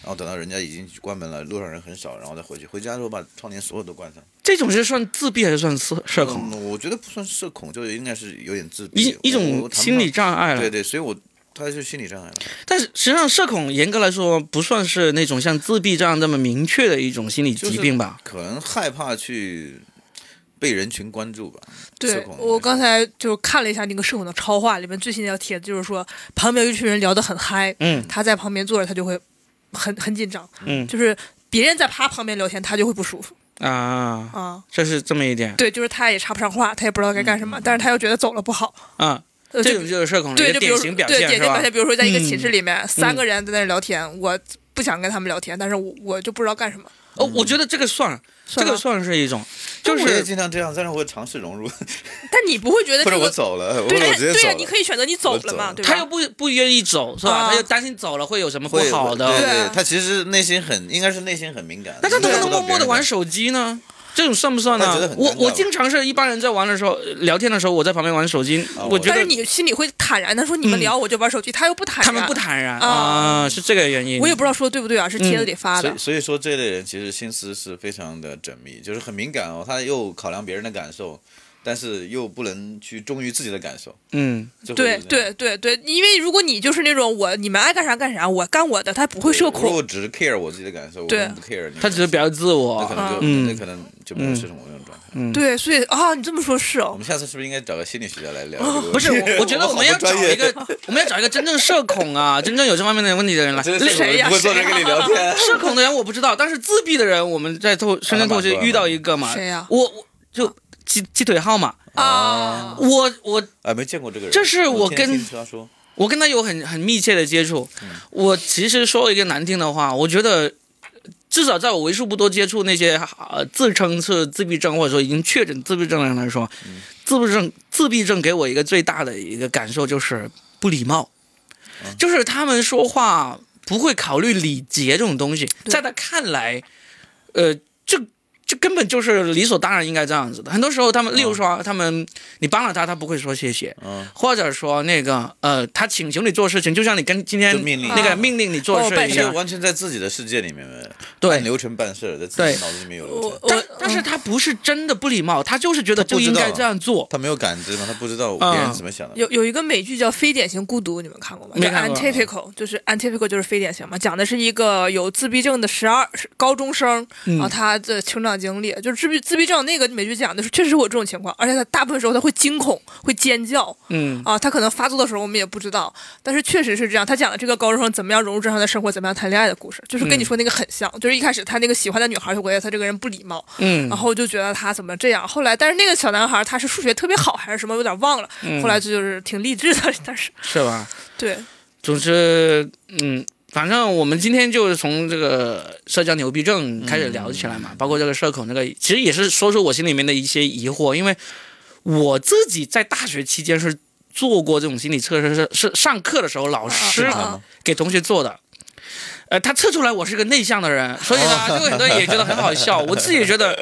[SPEAKER 2] 然后等到人家已经关门了，路上人很少，然后再回去。回家之后把窗帘所有都关上。
[SPEAKER 1] 这种是算自闭还是算社社恐？
[SPEAKER 2] 嗯，我觉得不算社恐，就是应该是有点自闭，
[SPEAKER 1] 一一
[SPEAKER 2] 我
[SPEAKER 1] 种心理。障碍
[SPEAKER 2] 我谈不上对
[SPEAKER 1] 了。
[SPEAKER 2] 对，所以我他是心理障碍了。
[SPEAKER 1] 但是实际上，社恐严格来说不算是那种像自闭这样这么明确的一种心理疾病吧？
[SPEAKER 2] 可能害怕去被人群关注吧。社
[SPEAKER 3] 对
[SPEAKER 2] 恐
[SPEAKER 3] 我刚才就看了一下那个社恐的超话里面最新那条帖子，就是说旁边有一群人聊得很嗨，
[SPEAKER 1] 嗯
[SPEAKER 3] 他在旁边坐着，他就会很很紧张，
[SPEAKER 1] 嗯
[SPEAKER 3] 就是别人在他旁边聊天，他就会不舒服
[SPEAKER 1] 啊，
[SPEAKER 3] 啊。
[SPEAKER 1] 这是这么一点
[SPEAKER 3] 对，就是他也插不上话，他也不知道该干什么，但是他又觉得走了不好。
[SPEAKER 1] 啊，
[SPEAKER 3] 呃
[SPEAKER 1] 嗯这
[SPEAKER 3] 就
[SPEAKER 1] 种就是社恐的
[SPEAKER 3] 对，
[SPEAKER 1] 一
[SPEAKER 3] 就
[SPEAKER 1] 个
[SPEAKER 3] 比如
[SPEAKER 1] 典
[SPEAKER 3] 说
[SPEAKER 1] 型表
[SPEAKER 3] 对
[SPEAKER 1] 现
[SPEAKER 3] 典
[SPEAKER 1] 是
[SPEAKER 3] 型
[SPEAKER 1] 吧
[SPEAKER 3] 表？现，比如说在一个寝室
[SPEAKER 1] 嗯
[SPEAKER 3] 里面，三个人在那聊天，我不想跟他们聊天，但是我我就不知道干什么。
[SPEAKER 1] 哦，我觉得这个算，这
[SPEAKER 3] 算
[SPEAKER 1] 个
[SPEAKER 3] 了
[SPEAKER 1] 算是一种，就
[SPEAKER 2] 啊我也
[SPEAKER 1] 是
[SPEAKER 2] 经常这样，但是我会尝试融入，
[SPEAKER 3] 但你不会觉得
[SPEAKER 2] 或
[SPEAKER 3] 这
[SPEAKER 2] 者我
[SPEAKER 3] 个
[SPEAKER 2] 走了，或者
[SPEAKER 3] 对
[SPEAKER 2] 我
[SPEAKER 3] 呀
[SPEAKER 2] 直接
[SPEAKER 3] 对
[SPEAKER 2] 走
[SPEAKER 3] 呀，
[SPEAKER 2] 了。
[SPEAKER 3] 你可以选择你走
[SPEAKER 2] 我
[SPEAKER 3] 了
[SPEAKER 2] 走
[SPEAKER 3] 嘛，
[SPEAKER 2] 了
[SPEAKER 3] 对吧？
[SPEAKER 1] 他又不不愿意走是吧？
[SPEAKER 3] 啊
[SPEAKER 1] 他又担心走了会有什么不
[SPEAKER 2] 会
[SPEAKER 1] 好
[SPEAKER 2] 对
[SPEAKER 1] 的。
[SPEAKER 2] 对
[SPEAKER 3] 对，啊
[SPEAKER 2] 他其实内心很，应该是内心很敏感。
[SPEAKER 1] 那他
[SPEAKER 2] 能
[SPEAKER 1] 能不
[SPEAKER 2] 感受
[SPEAKER 1] 能
[SPEAKER 2] 到
[SPEAKER 1] 默默的
[SPEAKER 2] 别人
[SPEAKER 1] 玩手机呢？这种算不算
[SPEAKER 2] 他觉
[SPEAKER 1] 呢
[SPEAKER 2] 得很？
[SPEAKER 1] 我
[SPEAKER 2] 尴尬
[SPEAKER 1] 我
[SPEAKER 2] 吧
[SPEAKER 1] 经常是一般人在玩的时候，呃聊天的时候，我在旁边玩手机，
[SPEAKER 2] 啊
[SPEAKER 1] 我
[SPEAKER 2] 我
[SPEAKER 1] 觉
[SPEAKER 3] 但
[SPEAKER 1] 得
[SPEAKER 3] 是你心里会坦然的说你们
[SPEAKER 1] 嗯
[SPEAKER 3] 聊我就玩手机，他又不坦然，
[SPEAKER 1] 他们不，坦嗯然
[SPEAKER 3] 啊
[SPEAKER 1] 啊，是这个原因。
[SPEAKER 3] 我也不知道说对不对啊，是帖子里发
[SPEAKER 2] 所
[SPEAKER 3] 的
[SPEAKER 2] 以，，所以说这类人其实心思是非常的缜密，就是很敏感哦。他又考量别人的感受，但是又不能去忠于自己的感受。
[SPEAKER 1] 嗯，
[SPEAKER 2] 就会
[SPEAKER 3] 对
[SPEAKER 2] 是这样
[SPEAKER 3] 对对对，因为如果你就是那种我你们爱干啥干啥，我干我的，他不会社
[SPEAKER 2] 如果
[SPEAKER 3] 恐，
[SPEAKER 2] 我只是 care 我自己的感受，我
[SPEAKER 3] 对
[SPEAKER 2] 根本不 care 你。
[SPEAKER 1] 他只是比较自
[SPEAKER 2] 那
[SPEAKER 1] 我。
[SPEAKER 2] 可能就
[SPEAKER 1] 嗯
[SPEAKER 2] 那可能就不会是我这种状态。
[SPEAKER 3] 对，所以啊，你这么说是
[SPEAKER 2] 我
[SPEAKER 3] 哦，
[SPEAKER 2] 们下次是不是应该找个心理学家来聊这个问题？
[SPEAKER 1] 哦不是，我我觉得我们要找一个
[SPEAKER 2] 我好不专业，
[SPEAKER 1] 我们要找一个真正社恐啊， 真正有这方面的问题的人来。
[SPEAKER 2] 真的是
[SPEAKER 3] 谁呀
[SPEAKER 2] 我不会坐着跟你聊天。
[SPEAKER 1] 社恐的人我不知道，但是自闭的人，我们在透深圳透析遇到一个嘛，
[SPEAKER 3] 谁啊呀
[SPEAKER 1] 我我就鸡鸡腿号嘛，
[SPEAKER 3] 啊，
[SPEAKER 1] 我我
[SPEAKER 2] 啊，没见过这个人。
[SPEAKER 1] 这是我跟
[SPEAKER 2] 天听他说，
[SPEAKER 1] 我跟他有很很密切的接触。我其实说一个难听的话，我觉得至少在我为数不多接触那些呃自称是自闭症或者说已经确诊自闭症的人来说，自闭症自闭症给我一个最大的一个感受就是不礼貌，就是他们说话不会考虑礼节这种东西，
[SPEAKER 3] 对
[SPEAKER 1] 在他看来，呃，这。这根本就是理所当然应该这样子的。很多时候，他们，例如说啊，他们你帮了他，他不会说谢谢，
[SPEAKER 2] 嗯，
[SPEAKER 1] 或者说那个呃，他请求你做事情，就像你跟今天
[SPEAKER 2] 就命令
[SPEAKER 1] 那个
[SPEAKER 2] 啊
[SPEAKER 1] 命令你做
[SPEAKER 3] 帮我
[SPEAKER 1] 事
[SPEAKER 3] 办
[SPEAKER 1] 一
[SPEAKER 3] 事
[SPEAKER 2] 就
[SPEAKER 1] 样，
[SPEAKER 2] 完全在自己的世界里面，
[SPEAKER 1] 对
[SPEAKER 2] 按流程办事，在自
[SPEAKER 1] 对
[SPEAKER 2] 己脑子里面有流
[SPEAKER 3] 我
[SPEAKER 2] 程。
[SPEAKER 3] 我
[SPEAKER 1] 但但是他不是真的不礼貌，他就是觉得
[SPEAKER 2] 哦他
[SPEAKER 1] 就
[SPEAKER 2] 不知
[SPEAKER 1] 应
[SPEAKER 2] 道
[SPEAKER 1] 该这样做。
[SPEAKER 2] 他没有感知嘛，他不知道别人怎么想
[SPEAKER 1] 嗯
[SPEAKER 2] 的。
[SPEAKER 3] 有有一个美剧叫《非典型孤独》，你们看过吗？
[SPEAKER 1] 没
[SPEAKER 3] 叫
[SPEAKER 1] 看过
[SPEAKER 3] Untypical，就是 Untypical 就是非典型嘛，讲的是一个有自闭症的十二高中生，
[SPEAKER 1] 嗯
[SPEAKER 3] 然后他的成长经历，就是自闭自闭症那个美剧讲的是确实会有这种情况，而且他大部分时候他会惊恐，会尖叫，
[SPEAKER 1] 嗯
[SPEAKER 3] 啊，他可能发作的时候我们也不知道，但是确实是这样。他讲的这个高中生怎么样融入正常的生活，怎么样谈恋爱的故事，就是跟
[SPEAKER 1] 嗯
[SPEAKER 3] 你说那个很像，就是一开始他那个喜欢的女孩就觉得他这个人不礼貌，
[SPEAKER 1] 嗯
[SPEAKER 2] 哦
[SPEAKER 3] 然后就觉得他怎么这样。后来，但是那个小男孩他是数学特别好还是什么，有点忘了。
[SPEAKER 1] 嗯
[SPEAKER 3] 后来这就是挺励志的，但是
[SPEAKER 1] 是吧？
[SPEAKER 3] 对，
[SPEAKER 1] 总之，嗯，反正我们今天就是从这个社交牛逼症开始聊起来
[SPEAKER 2] 嗯
[SPEAKER 1] 嘛，包括这个社恐这个，其实也是说出我心里面的一些疑惑，因为我自己在大学期间是做过这种心理测试，是是上课的时候老师
[SPEAKER 3] 啊啊啊
[SPEAKER 1] 给同学做的。呃，他测出来我是个内向的 人，所以呢，
[SPEAKER 2] 哦
[SPEAKER 1] 就很多人也觉得很好笑。我自己也觉得，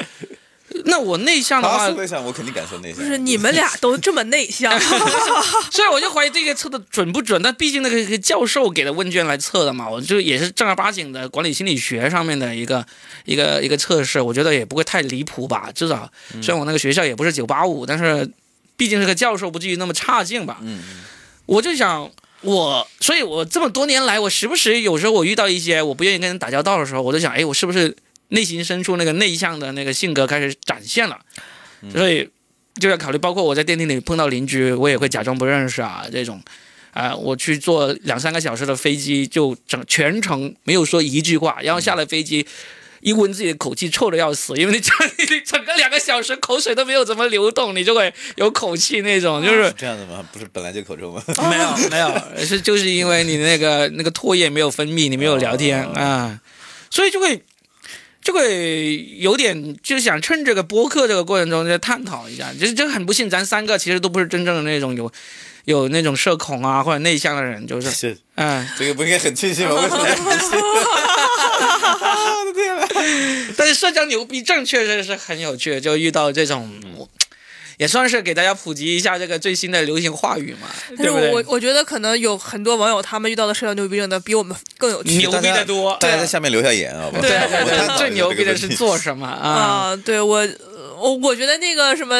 [SPEAKER 1] 那我内向的话
[SPEAKER 2] 他，是内向，我肯定感受内向。嗯
[SPEAKER 3] 不是你们俩都这么内 向，
[SPEAKER 1] 虽然我就怀疑这个测的准不准，但毕竟那个教授给的问卷来测的嘛，我就也是正儿八经的管理心理学上面的一个一个一个测试，我觉得也不会太离谱吧。至少
[SPEAKER 2] 嗯
[SPEAKER 1] 虽然我那个学校也不是九八五，但是毕竟是个教授，不至于那么差劲吧。
[SPEAKER 2] 嗯，
[SPEAKER 1] 我就想。我，所以我这么多年来，我时不时有时候我遇到一些我不愿意跟人打交道的时候，我就想，哎，我是不是内心深处那个内向的那个性格开始展现了？所以就要考虑，包括我在电梯里碰到邻居，我也会假装不认识啊这种。啊、我去坐两三个小时的飞机，就整全程没有说一句话，然后下了飞机，一闻自己的口气臭的要死，因为你整 你整个两个小时口水都没有怎么流动，你就会有口气那种，就是
[SPEAKER 2] 是这样的吗？不是本来就口臭吗？
[SPEAKER 1] 没有没有， 是就是因为你那个那个唾液没有分泌，你没有聊天
[SPEAKER 2] 哦
[SPEAKER 1] 啊，所以就会就会有点就想趁这个播客这个过程中就探讨一下，就是这很不幸，咱三个其实都不是真正的那种有有那种社恐啊或者内向的人，就是
[SPEAKER 2] 是
[SPEAKER 1] 嗯，
[SPEAKER 2] 这个不应该很庆幸吗？为什么？
[SPEAKER 1] 但是社交牛逼症确实是很有趣，就遇到这种。
[SPEAKER 2] 嗯
[SPEAKER 1] 也算是给大家普及一下这个最新的流行话语嘛，
[SPEAKER 3] 但
[SPEAKER 1] 对
[SPEAKER 3] 是
[SPEAKER 1] 不
[SPEAKER 3] 我
[SPEAKER 1] 对
[SPEAKER 3] 我？我觉得可能有很多网友他们遇到的社交牛逼症的比我们更有趣
[SPEAKER 1] 牛逼得多
[SPEAKER 2] 大家
[SPEAKER 1] 对
[SPEAKER 2] 在下面留下言啊！
[SPEAKER 1] 对对
[SPEAKER 2] 我
[SPEAKER 1] 对，
[SPEAKER 2] 探讨一下
[SPEAKER 1] 最牛逼的
[SPEAKER 2] 这
[SPEAKER 1] 是
[SPEAKER 2] 个问题
[SPEAKER 1] 做什么啊？
[SPEAKER 3] 啊！对我呃我我觉得那个什么。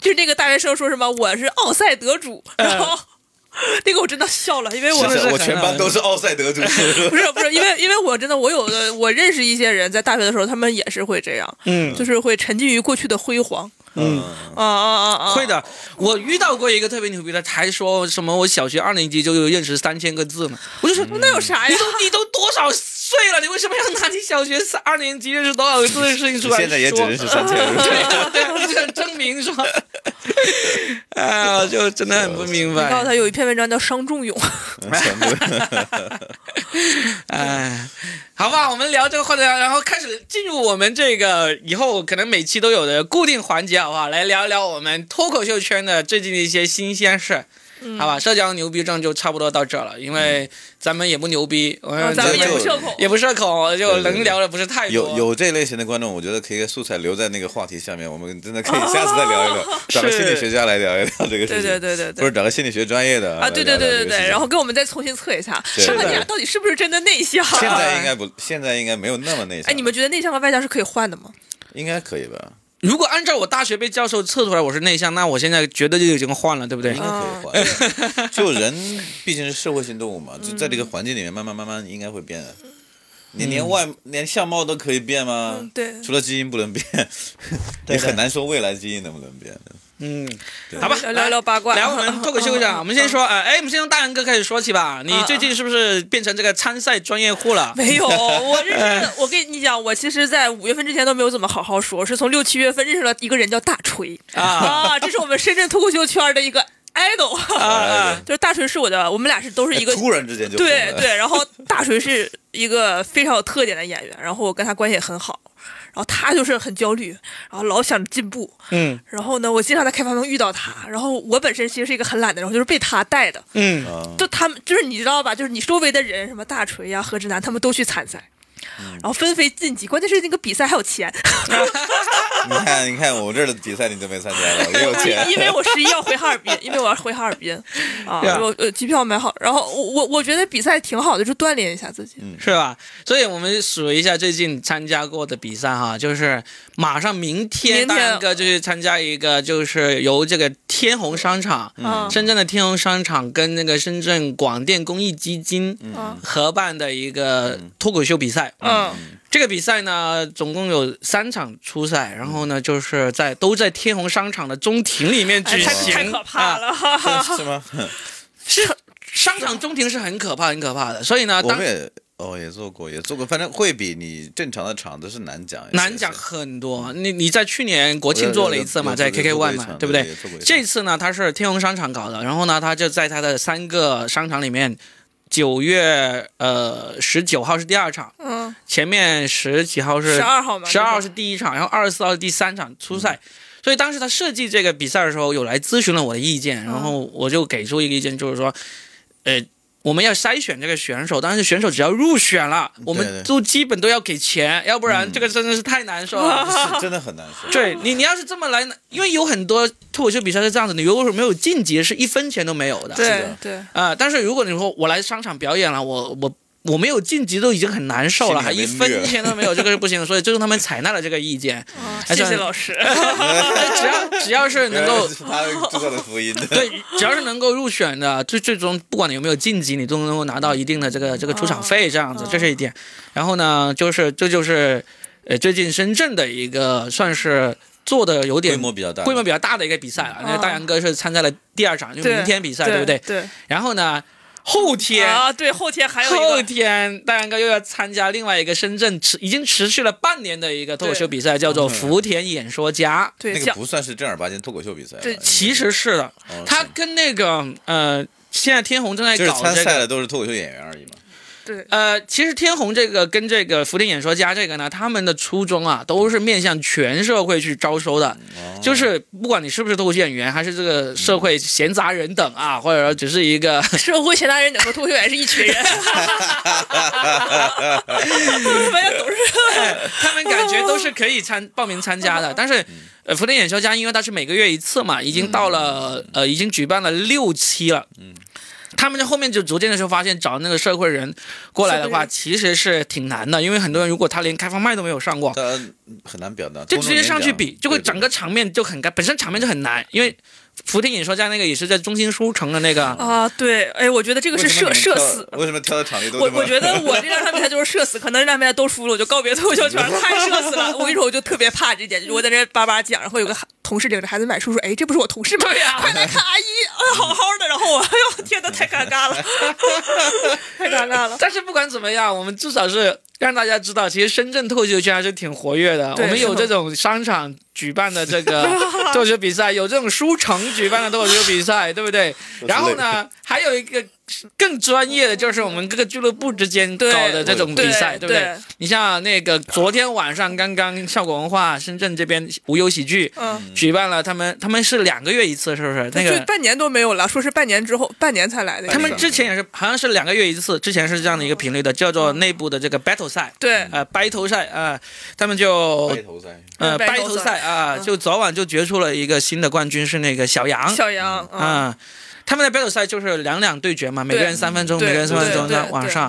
[SPEAKER 3] 就那个大学生说什么我是奥赛得主，然后、 那个我真的笑了，因为 我
[SPEAKER 1] 嗯是
[SPEAKER 2] 是
[SPEAKER 1] 很
[SPEAKER 2] 我全班都是奥赛得主，
[SPEAKER 3] 不是不是，因为因为我真的我有的我认识一些人在大学的时候，他们也是会这样，
[SPEAKER 1] 嗯
[SPEAKER 3] 就是会沉浸于过去的辉煌，
[SPEAKER 2] 嗯，
[SPEAKER 3] 啊啊啊啊，
[SPEAKER 1] 会的，我遇到过一个特别牛逼的，还说什么我小学二年级就有认识三千个字呢， 我就说那
[SPEAKER 3] 那有啥哎呀
[SPEAKER 1] 你？都你都多少岁了，你为什么要拿你小学三二年级认识多少个字的事情出来说？
[SPEAKER 2] 现在也 只认识三千人。
[SPEAKER 1] 对啊对啊，我就想证明说， 啊，我就真的很不明
[SPEAKER 3] 告诉
[SPEAKER 1] 白，
[SPEAKER 3] 他有一篇文章叫《伤仲永》，
[SPEAKER 2] 全部
[SPEAKER 1] 哎，好吧，我们聊这个话题，然后开始进入我们这个以后可能每期都有的固定环节，好不好？来聊一聊我们脱口秀圈的最近的一些新鲜事儿。
[SPEAKER 3] 嗯
[SPEAKER 1] 好吧，社交牛逼症就差不多到这儿了，因为咱们也不牛逼，我
[SPEAKER 3] 啊咱们也不社恐，
[SPEAKER 1] 也不社恐，就
[SPEAKER 2] 对对
[SPEAKER 1] 能聊的不是太多。
[SPEAKER 2] 有有这类型的观众，我觉得可以素材留在那个话题下面，我们真的可以下次再聊一聊，找个
[SPEAKER 1] 是
[SPEAKER 2] 心理学家来聊一聊这个事情，
[SPEAKER 3] 对对
[SPEAKER 2] 或
[SPEAKER 3] 对对
[SPEAKER 2] 者
[SPEAKER 3] 对。
[SPEAKER 2] 找个心理学专业的
[SPEAKER 3] 啊，
[SPEAKER 2] 来
[SPEAKER 3] 对
[SPEAKER 2] 聊
[SPEAKER 3] 对
[SPEAKER 2] 一聊这个
[SPEAKER 3] 对对
[SPEAKER 2] 事
[SPEAKER 3] 对，
[SPEAKER 2] 情
[SPEAKER 3] 然后跟我们再重新测一下，
[SPEAKER 2] 对
[SPEAKER 3] 看看
[SPEAKER 1] 对
[SPEAKER 3] 你俩到底是不是真的内向。啊
[SPEAKER 2] 现 在应该不，现在应该没有那么内向。
[SPEAKER 3] 哎，你们觉得内向和外向是可以换的吗？
[SPEAKER 2] 应该可以吧？
[SPEAKER 1] 如果按照我大学被教授测出来我是内向，那我现在绝对就已经换了，对不对
[SPEAKER 2] 应？
[SPEAKER 3] 嗯
[SPEAKER 2] 该可以 换。就人毕竟是社会性动物嘛，就在这
[SPEAKER 3] 嗯
[SPEAKER 2] 个环境里面，慢慢慢慢应该会变的。你连外连相貌都可以变吗
[SPEAKER 3] 嗯？对
[SPEAKER 2] 除了基因不能 变，
[SPEAKER 1] 对
[SPEAKER 2] 也
[SPEAKER 1] 的
[SPEAKER 2] 很难说未来基因能不能变。
[SPEAKER 1] 嗯，
[SPEAKER 2] 对
[SPEAKER 1] 好吧，
[SPEAKER 3] 聊聊聊八卦，
[SPEAKER 1] 来，我们脱口秀一下，我们先说，呃，哎，我们先从大杨哥开始说起吧。你最近是不是变成这个参赛专业户 了？
[SPEAKER 3] 没有，我认识，我跟你讲，我其实，在五月份之前都没有怎么好好说，是从六七月份认识了一个人叫大锤
[SPEAKER 1] 啊
[SPEAKER 3] 这是我们深圳脱口秀圈的一个 idol，、
[SPEAKER 1] 啊 哎
[SPEAKER 3] 就是大锤是我的，我们俩是都是一个。
[SPEAKER 2] 突然之间就红
[SPEAKER 3] 对
[SPEAKER 2] 了
[SPEAKER 3] 对，然后大锤是一个非常有特点的演员，然后我跟他关系也很好，然后他就是很焦虑，然后老想进步，
[SPEAKER 1] 嗯
[SPEAKER 3] 然后呢，我经常在开发中遇到他，然后我本身其实是一个很懒的人，我就是被他带的，
[SPEAKER 1] 嗯
[SPEAKER 2] 啊，
[SPEAKER 3] 就他们就是你知道吧，就是你周围的人，什么大锤呀、何志南，他们都去参赛。
[SPEAKER 1] 嗯
[SPEAKER 3] 然后纷飞晋级，关键是那个比赛还有钱，。
[SPEAKER 2] 你看，你看我这儿的比赛你都没参加了，也有钱
[SPEAKER 3] 因为我十一要回哈尔 滨，因为我要回哈尔滨啊，
[SPEAKER 1] 对啊
[SPEAKER 3] 我呃机票买好，然后我我我觉得比赛挺好的，就锻炼一下自己。
[SPEAKER 1] 是吧？所以我们数一下最近参加过的比赛哈，就是马上明天
[SPEAKER 3] 明天
[SPEAKER 1] 大哥就去参加一个，就是由这个天虹商场、
[SPEAKER 3] 嗯
[SPEAKER 1] 深圳的天虹商场跟那个深圳广电公益基金
[SPEAKER 3] 嗯
[SPEAKER 1] 合办的一个脱口秀比赛。
[SPEAKER 3] 嗯
[SPEAKER 1] 这个比赛呢，总共有三场初赛，然
[SPEAKER 3] 嗯
[SPEAKER 1] 后呢，就是在都在天虹商场的中庭里面
[SPEAKER 3] 哎
[SPEAKER 1] 举
[SPEAKER 3] 太
[SPEAKER 1] 行，
[SPEAKER 3] 太可怕
[SPEAKER 1] 啊
[SPEAKER 3] 了，哈哈哈
[SPEAKER 2] 是吗？
[SPEAKER 1] 是商场中庭是很可怕、很可怕的。所
[SPEAKER 3] 啊
[SPEAKER 1] 以呢，
[SPEAKER 2] 我
[SPEAKER 1] 当
[SPEAKER 2] 们也哦也做过，也做过，反正会比你正常的场子是难讲，
[SPEAKER 1] 难讲很多。你你在去年国庆做了一次嘛，
[SPEAKER 2] 我
[SPEAKER 1] 在
[SPEAKER 2] 有有
[SPEAKER 1] KK One
[SPEAKER 2] 有做过一
[SPEAKER 1] 嘛，
[SPEAKER 2] 场
[SPEAKER 1] 对不
[SPEAKER 2] 对有做过一场
[SPEAKER 1] 这次呢，它是天虹商场搞的，然后呢，它就在它的三个商场里面，九月呃十九号是第二场，
[SPEAKER 3] 嗯，
[SPEAKER 1] 前面十几号是
[SPEAKER 3] 十二号嘛，
[SPEAKER 1] 十二号
[SPEAKER 3] 就是
[SPEAKER 1] 第一场，然后二十四号是第三场初赛。所以当时他设计这个比赛的时候，有来咨询了我的意见，然后我就给出一个意见，就是说，呃，我们要筛选这个选手，但是选手只要入选了，我
[SPEAKER 2] 对
[SPEAKER 1] 们
[SPEAKER 2] 对
[SPEAKER 1] 都基本都要给钱，要不然这个真的是太难受了。
[SPEAKER 2] 是真的很难说。
[SPEAKER 1] 对你，你要是这么来，因为有很多脱口秀比赛是这样子，你如果没有晋级，是一分钱都没有的。
[SPEAKER 3] 对对，
[SPEAKER 1] 啊、但是如果你说我来商场表演了，我我我没有晋级都已经很难受了，还
[SPEAKER 2] 心里
[SPEAKER 1] 一
[SPEAKER 2] 还没虐
[SPEAKER 1] 分钱都没有，这个是不行的。所以最终他们采纳了这个意 见，
[SPEAKER 3] 嗯
[SPEAKER 1] 哎
[SPEAKER 3] 谢
[SPEAKER 1] 这
[SPEAKER 3] 谢
[SPEAKER 1] 样
[SPEAKER 3] 老师。
[SPEAKER 1] 只要只要 是 能够
[SPEAKER 2] 原来是他制造的福音的，
[SPEAKER 1] 对，只要是能够入选的，最最终不管你有没有晋级，你都能够拿到一定的这个这个出场费，这样子，这是一点。然后呢，就是这就是呃最近深圳的一个算是做的有点
[SPEAKER 2] 规模比较大，
[SPEAKER 1] 规模比较大的一个比赛了，因为大杨哥是参加了第二场，就
[SPEAKER 3] 对
[SPEAKER 1] 明天比赛，对不对？
[SPEAKER 3] 对
[SPEAKER 1] 然后呢，后天。
[SPEAKER 3] 啊，对，后天还有一
[SPEAKER 1] 后
[SPEAKER 3] 个
[SPEAKER 1] 天，大杨哥又要参加另外一个深圳持已经持续了半年的一个脱口秀比赛，叫做福田演说家。
[SPEAKER 3] 对
[SPEAKER 2] 那个
[SPEAKER 3] 讲
[SPEAKER 2] 不算是正儿八经脱口秀比赛吧。
[SPEAKER 3] 对
[SPEAKER 2] 应该
[SPEAKER 1] 其实是的，
[SPEAKER 2] 哦
[SPEAKER 1] 他
[SPEAKER 2] 是
[SPEAKER 1] 跟那个呃，现在天虹正在
[SPEAKER 2] 就是
[SPEAKER 1] 搞
[SPEAKER 2] 参
[SPEAKER 1] 这
[SPEAKER 2] 赛
[SPEAKER 1] 个。
[SPEAKER 2] 的都是脱口秀演员而已嘛。
[SPEAKER 3] 对
[SPEAKER 1] 呃，其实天虹这个跟这个福田演说家这个呢，他们的初衷啊，都是面向全社会去招收的，
[SPEAKER 2] 哦
[SPEAKER 1] 就是不管你是不是脱口秀演员，还是这个社会闲杂人等啊，或者说只是一个
[SPEAKER 3] 社会闲杂人等和脱口秀演员是一群人，我们要都是
[SPEAKER 1] 他们感觉都是可以参报名参 加的，但是。呃，福田演说家，因为他是每个月一次嘛，已经到了、
[SPEAKER 3] 嗯
[SPEAKER 1] 呃，已经举办了六期了。嗯，他们在后面就逐渐的时候发现，找那个社会人过来的话，
[SPEAKER 3] 社会人
[SPEAKER 1] 其实是挺难的，因为很多人如果他连开放麦都没有上过，
[SPEAKER 2] 他很难表达，
[SPEAKER 1] 就直接上
[SPEAKER 3] 啊
[SPEAKER 1] 去比，就
[SPEAKER 2] 会
[SPEAKER 1] 会整个场面就很干，本身场面就很难，因为福田演说家那个也是在中心书城的那个，
[SPEAKER 3] 啊，对，哎，我觉得这个是社社死。
[SPEAKER 2] 为什么挑的场地都
[SPEAKER 3] 我
[SPEAKER 2] 这么
[SPEAKER 3] 我觉得我这两场比赛就是社死，可能这两场比赛都输了，我就告别脱口秀圈，太社死了。我跟你说，我就特别怕这点，就是我在这叭叭讲，然后有个同事领着孩子买书说：“哎，这不是我同事吗？
[SPEAKER 1] 对呀
[SPEAKER 3] 快来看阿姨，哎，好好的。”然后我，哎呦，天呐，太尴尬 了，太尴尬 了。
[SPEAKER 1] 但是不管怎么样，我们至少是让大家知道，其实深圳脱口秀圈还是挺活跃的。我
[SPEAKER 3] 对
[SPEAKER 1] 们有这种商场举办的这 个脱口秀比赛，有这种书城举办的脱口秀比赛，对不对？
[SPEAKER 2] 累
[SPEAKER 1] 然后呢，还有一个更专业的，就是我们各个俱乐部之间搞的这种 比赛，
[SPEAKER 3] 对
[SPEAKER 1] 不对
[SPEAKER 3] 对？
[SPEAKER 1] 你像那个昨天晚上刚刚效果文化深圳这边无忧喜剧。
[SPEAKER 3] 嗯，
[SPEAKER 1] 举办了，他们他们是两个月一次，是不是？那
[SPEAKER 3] 就
[SPEAKER 1] 个
[SPEAKER 3] 半年都没有了，说是半年之后，半年才来的。
[SPEAKER 1] 他们
[SPEAKER 2] 是
[SPEAKER 1] 之前也是，好像是两个月一次，之前是这样的一个频率的，叫
[SPEAKER 3] 嗯
[SPEAKER 1] 做内部的这个 battle 赛，
[SPEAKER 3] 对，
[SPEAKER 1] 呃，battle 赛啊、呃他们就
[SPEAKER 2] 白头塞，
[SPEAKER 1] 呃
[SPEAKER 3] battle
[SPEAKER 1] battle 赛
[SPEAKER 3] 赛嗯
[SPEAKER 1] 啊、就早晚就决出了一个新的冠军，是那个小杨
[SPEAKER 3] 小杨，
[SPEAKER 1] 啊、
[SPEAKER 3] 嗯，
[SPEAKER 1] 他们的 battle 赛就是两两对决嘛，每
[SPEAKER 3] 对
[SPEAKER 1] 个人三分钟，每
[SPEAKER 3] 对
[SPEAKER 1] 个人三分钟
[SPEAKER 3] 对
[SPEAKER 1] 在
[SPEAKER 3] 对
[SPEAKER 1] 网上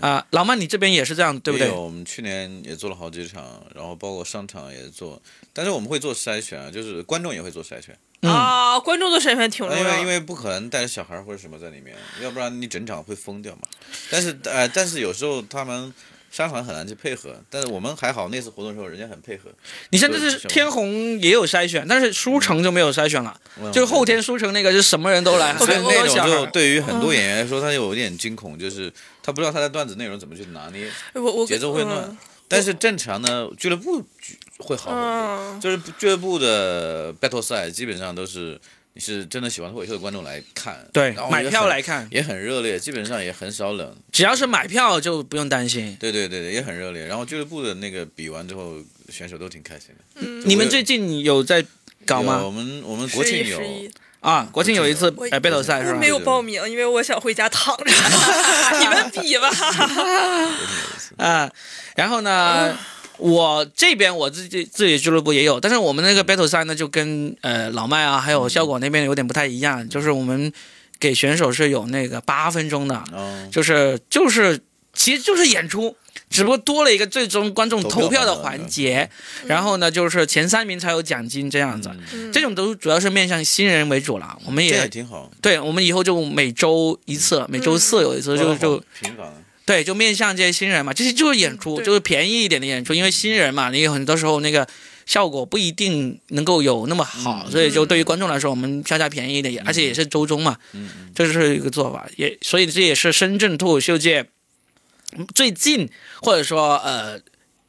[SPEAKER 1] 啊、
[SPEAKER 3] 对
[SPEAKER 1] 老曼，你这边也是这样，对不对
[SPEAKER 2] 也有？我们去年也做了好几场，然后包括商场也做，但是我们会做筛选啊，就是观众也会做筛选，
[SPEAKER 1] 嗯
[SPEAKER 3] 啊，观众的身份挺 重
[SPEAKER 2] 因
[SPEAKER 3] 要，
[SPEAKER 2] 为因为不可能带着小孩或者什么在里面，要不然你整场会疯掉嘛。但是呃，但是有时候他们。商场很难去配合，但是我们还好，那次活动的时候人家很配合。
[SPEAKER 1] 你像这
[SPEAKER 2] 对
[SPEAKER 1] 是
[SPEAKER 2] 是
[SPEAKER 1] 天虹也有筛选，但是书城就没有筛选了，就是后天书城那个是什么人都来，很
[SPEAKER 2] 所以
[SPEAKER 1] 多
[SPEAKER 2] 嗯那
[SPEAKER 1] 小
[SPEAKER 2] 种
[SPEAKER 1] 孩
[SPEAKER 2] 就对于很多演员来说，他有一点惊恐，就是他不知道他的段子内容怎么去拿捏。
[SPEAKER 3] 我我
[SPEAKER 2] 节奏会乱。
[SPEAKER 3] 嗯
[SPEAKER 2] 但是正常呢，俱乐部举会好很多，
[SPEAKER 3] 嗯
[SPEAKER 2] 就是俱乐部的 battle 赛基本上都是你是真的喜欢脱口秀的观众来看，
[SPEAKER 1] 对
[SPEAKER 2] 然后
[SPEAKER 1] 买
[SPEAKER 2] 也
[SPEAKER 1] 票
[SPEAKER 2] 很
[SPEAKER 1] 来看
[SPEAKER 2] 也很热烈，基本上也很少冷，
[SPEAKER 1] 只要是买票就不用担心。
[SPEAKER 2] 对对对对，也很热烈。然后俱乐部的那个比完之后，选手都挺开心的。
[SPEAKER 3] 嗯
[SPEAKER 1] 你们最近有在搞
[SPEAKER 2] 有
[SPEAKER 1] 吗？
[SPEAKER 2] 我们我们国
[SPEAKER 3] 十
[SPEAKER 2] 庆
[SPEAKER 3] 一十
[SPEAKER 2] 有
[SPEAKER 3] 一
[SPEAKER 1] 啊，国庆有一次
[SPEAKER 3] 我
[SPEAKER 1] 哎 battle 赛是
[SPEAKER 3] 我
[SPEAKER 1] 吧
[SPEAKER 3] 没？有报名，因为我想回家躺着。 你们比吧，
[SPEAKER 1] 啊，然后呢，我这边我自己自己俱乐部也有，但是我们那个 battle 赛呢，就跟呃老麦啊，还有效果那边有点不太一样，就是我们给选手是有那个八分钟的，
[SPEAKER 2] 哦，
[SPEAKER 1] 就是就是其实就是演出。只不过多了一个最终观众投
[SPEAKER 2] 投票
[SPEAKER 1] 票的
[SPEAKER 2] 环节
[SPEAKER 1] 环节，然后呢，就是前三名才有奖金这样子。嗯这种都主要是面向新人为主了，我们
[SPEAKER 2] 嗯啊这也
[SPEAKER 1] 也
[SPEAKER 2] 挺好，
[SPEAKER 1] 对，我们以后就每周一次，每周四有一次，就就
[SPEAKER 2] 频繁。
[SPEAKER 1] 对，就面向这些新人嘛，这些就是演出，
[SPEAKER 3] 对
[SPEAKER 1] 就是便宜一点的演出，因为新人嘛，你有很多时候那个效果不一定能够有那么好，所以就对于观众来说，我们票价便宜一点，也而且也是周中嘛，
[SPEAKER 2] 嗯嗯，
[SPEAKER 1] 这是一个做法，也所以这也是深圳脱口秀界嗯最近或者说呃。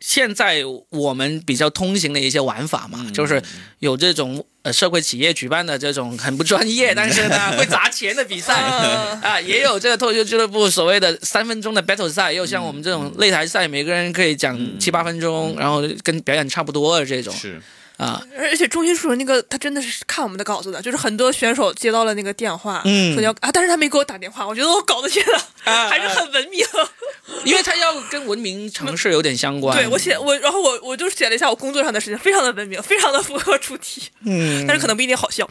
[SPEAKER 1] 现在我们比较通行的一些玩法嘛，
[SPEAKER 3] 嗯
[SPEAKER 1] 就是有这种呃社会企业举办的这种很不专业，但是呢 会砸钱的比赛，
[SPEAKER 3] 嗯
[SPEAKER 1] 啊，也有这个脱口秀俱乐部所谓的三分钟的 battle 赛，也有像我们这种擂台赛，每个人可以讲
[SPEAKER 3] 嗯
[SPEAKER 1] 七八分钟，然后跟表演差不多的这种
[SPEAKER 2] 是
[SPEAKER 1] 啊，
[SPEAKER 3] 嗯而且中心主任那个他真的是看我们的稿子的，就是很多选手接到了那个电话，
[SPEAKER 1] 嗯
[SPEAKER 3] 说要啊，但是他没给我打电话，我觉得我稿子写的
[SPEAKER 1] 啊
[SPEAKER 3] 还是很文明。
[SPEAKER 2] 啊
[SPEAKER 1] 因为它要跟文明城市有点相关。
[SPEAKER 3] 对我写我，然后我我就写了一下我工作上的事情，非常的文明，非常的符合主题，
[SPEAKER 1] 嗯，
[SPEAKER 3] 但是可能不一定好笑。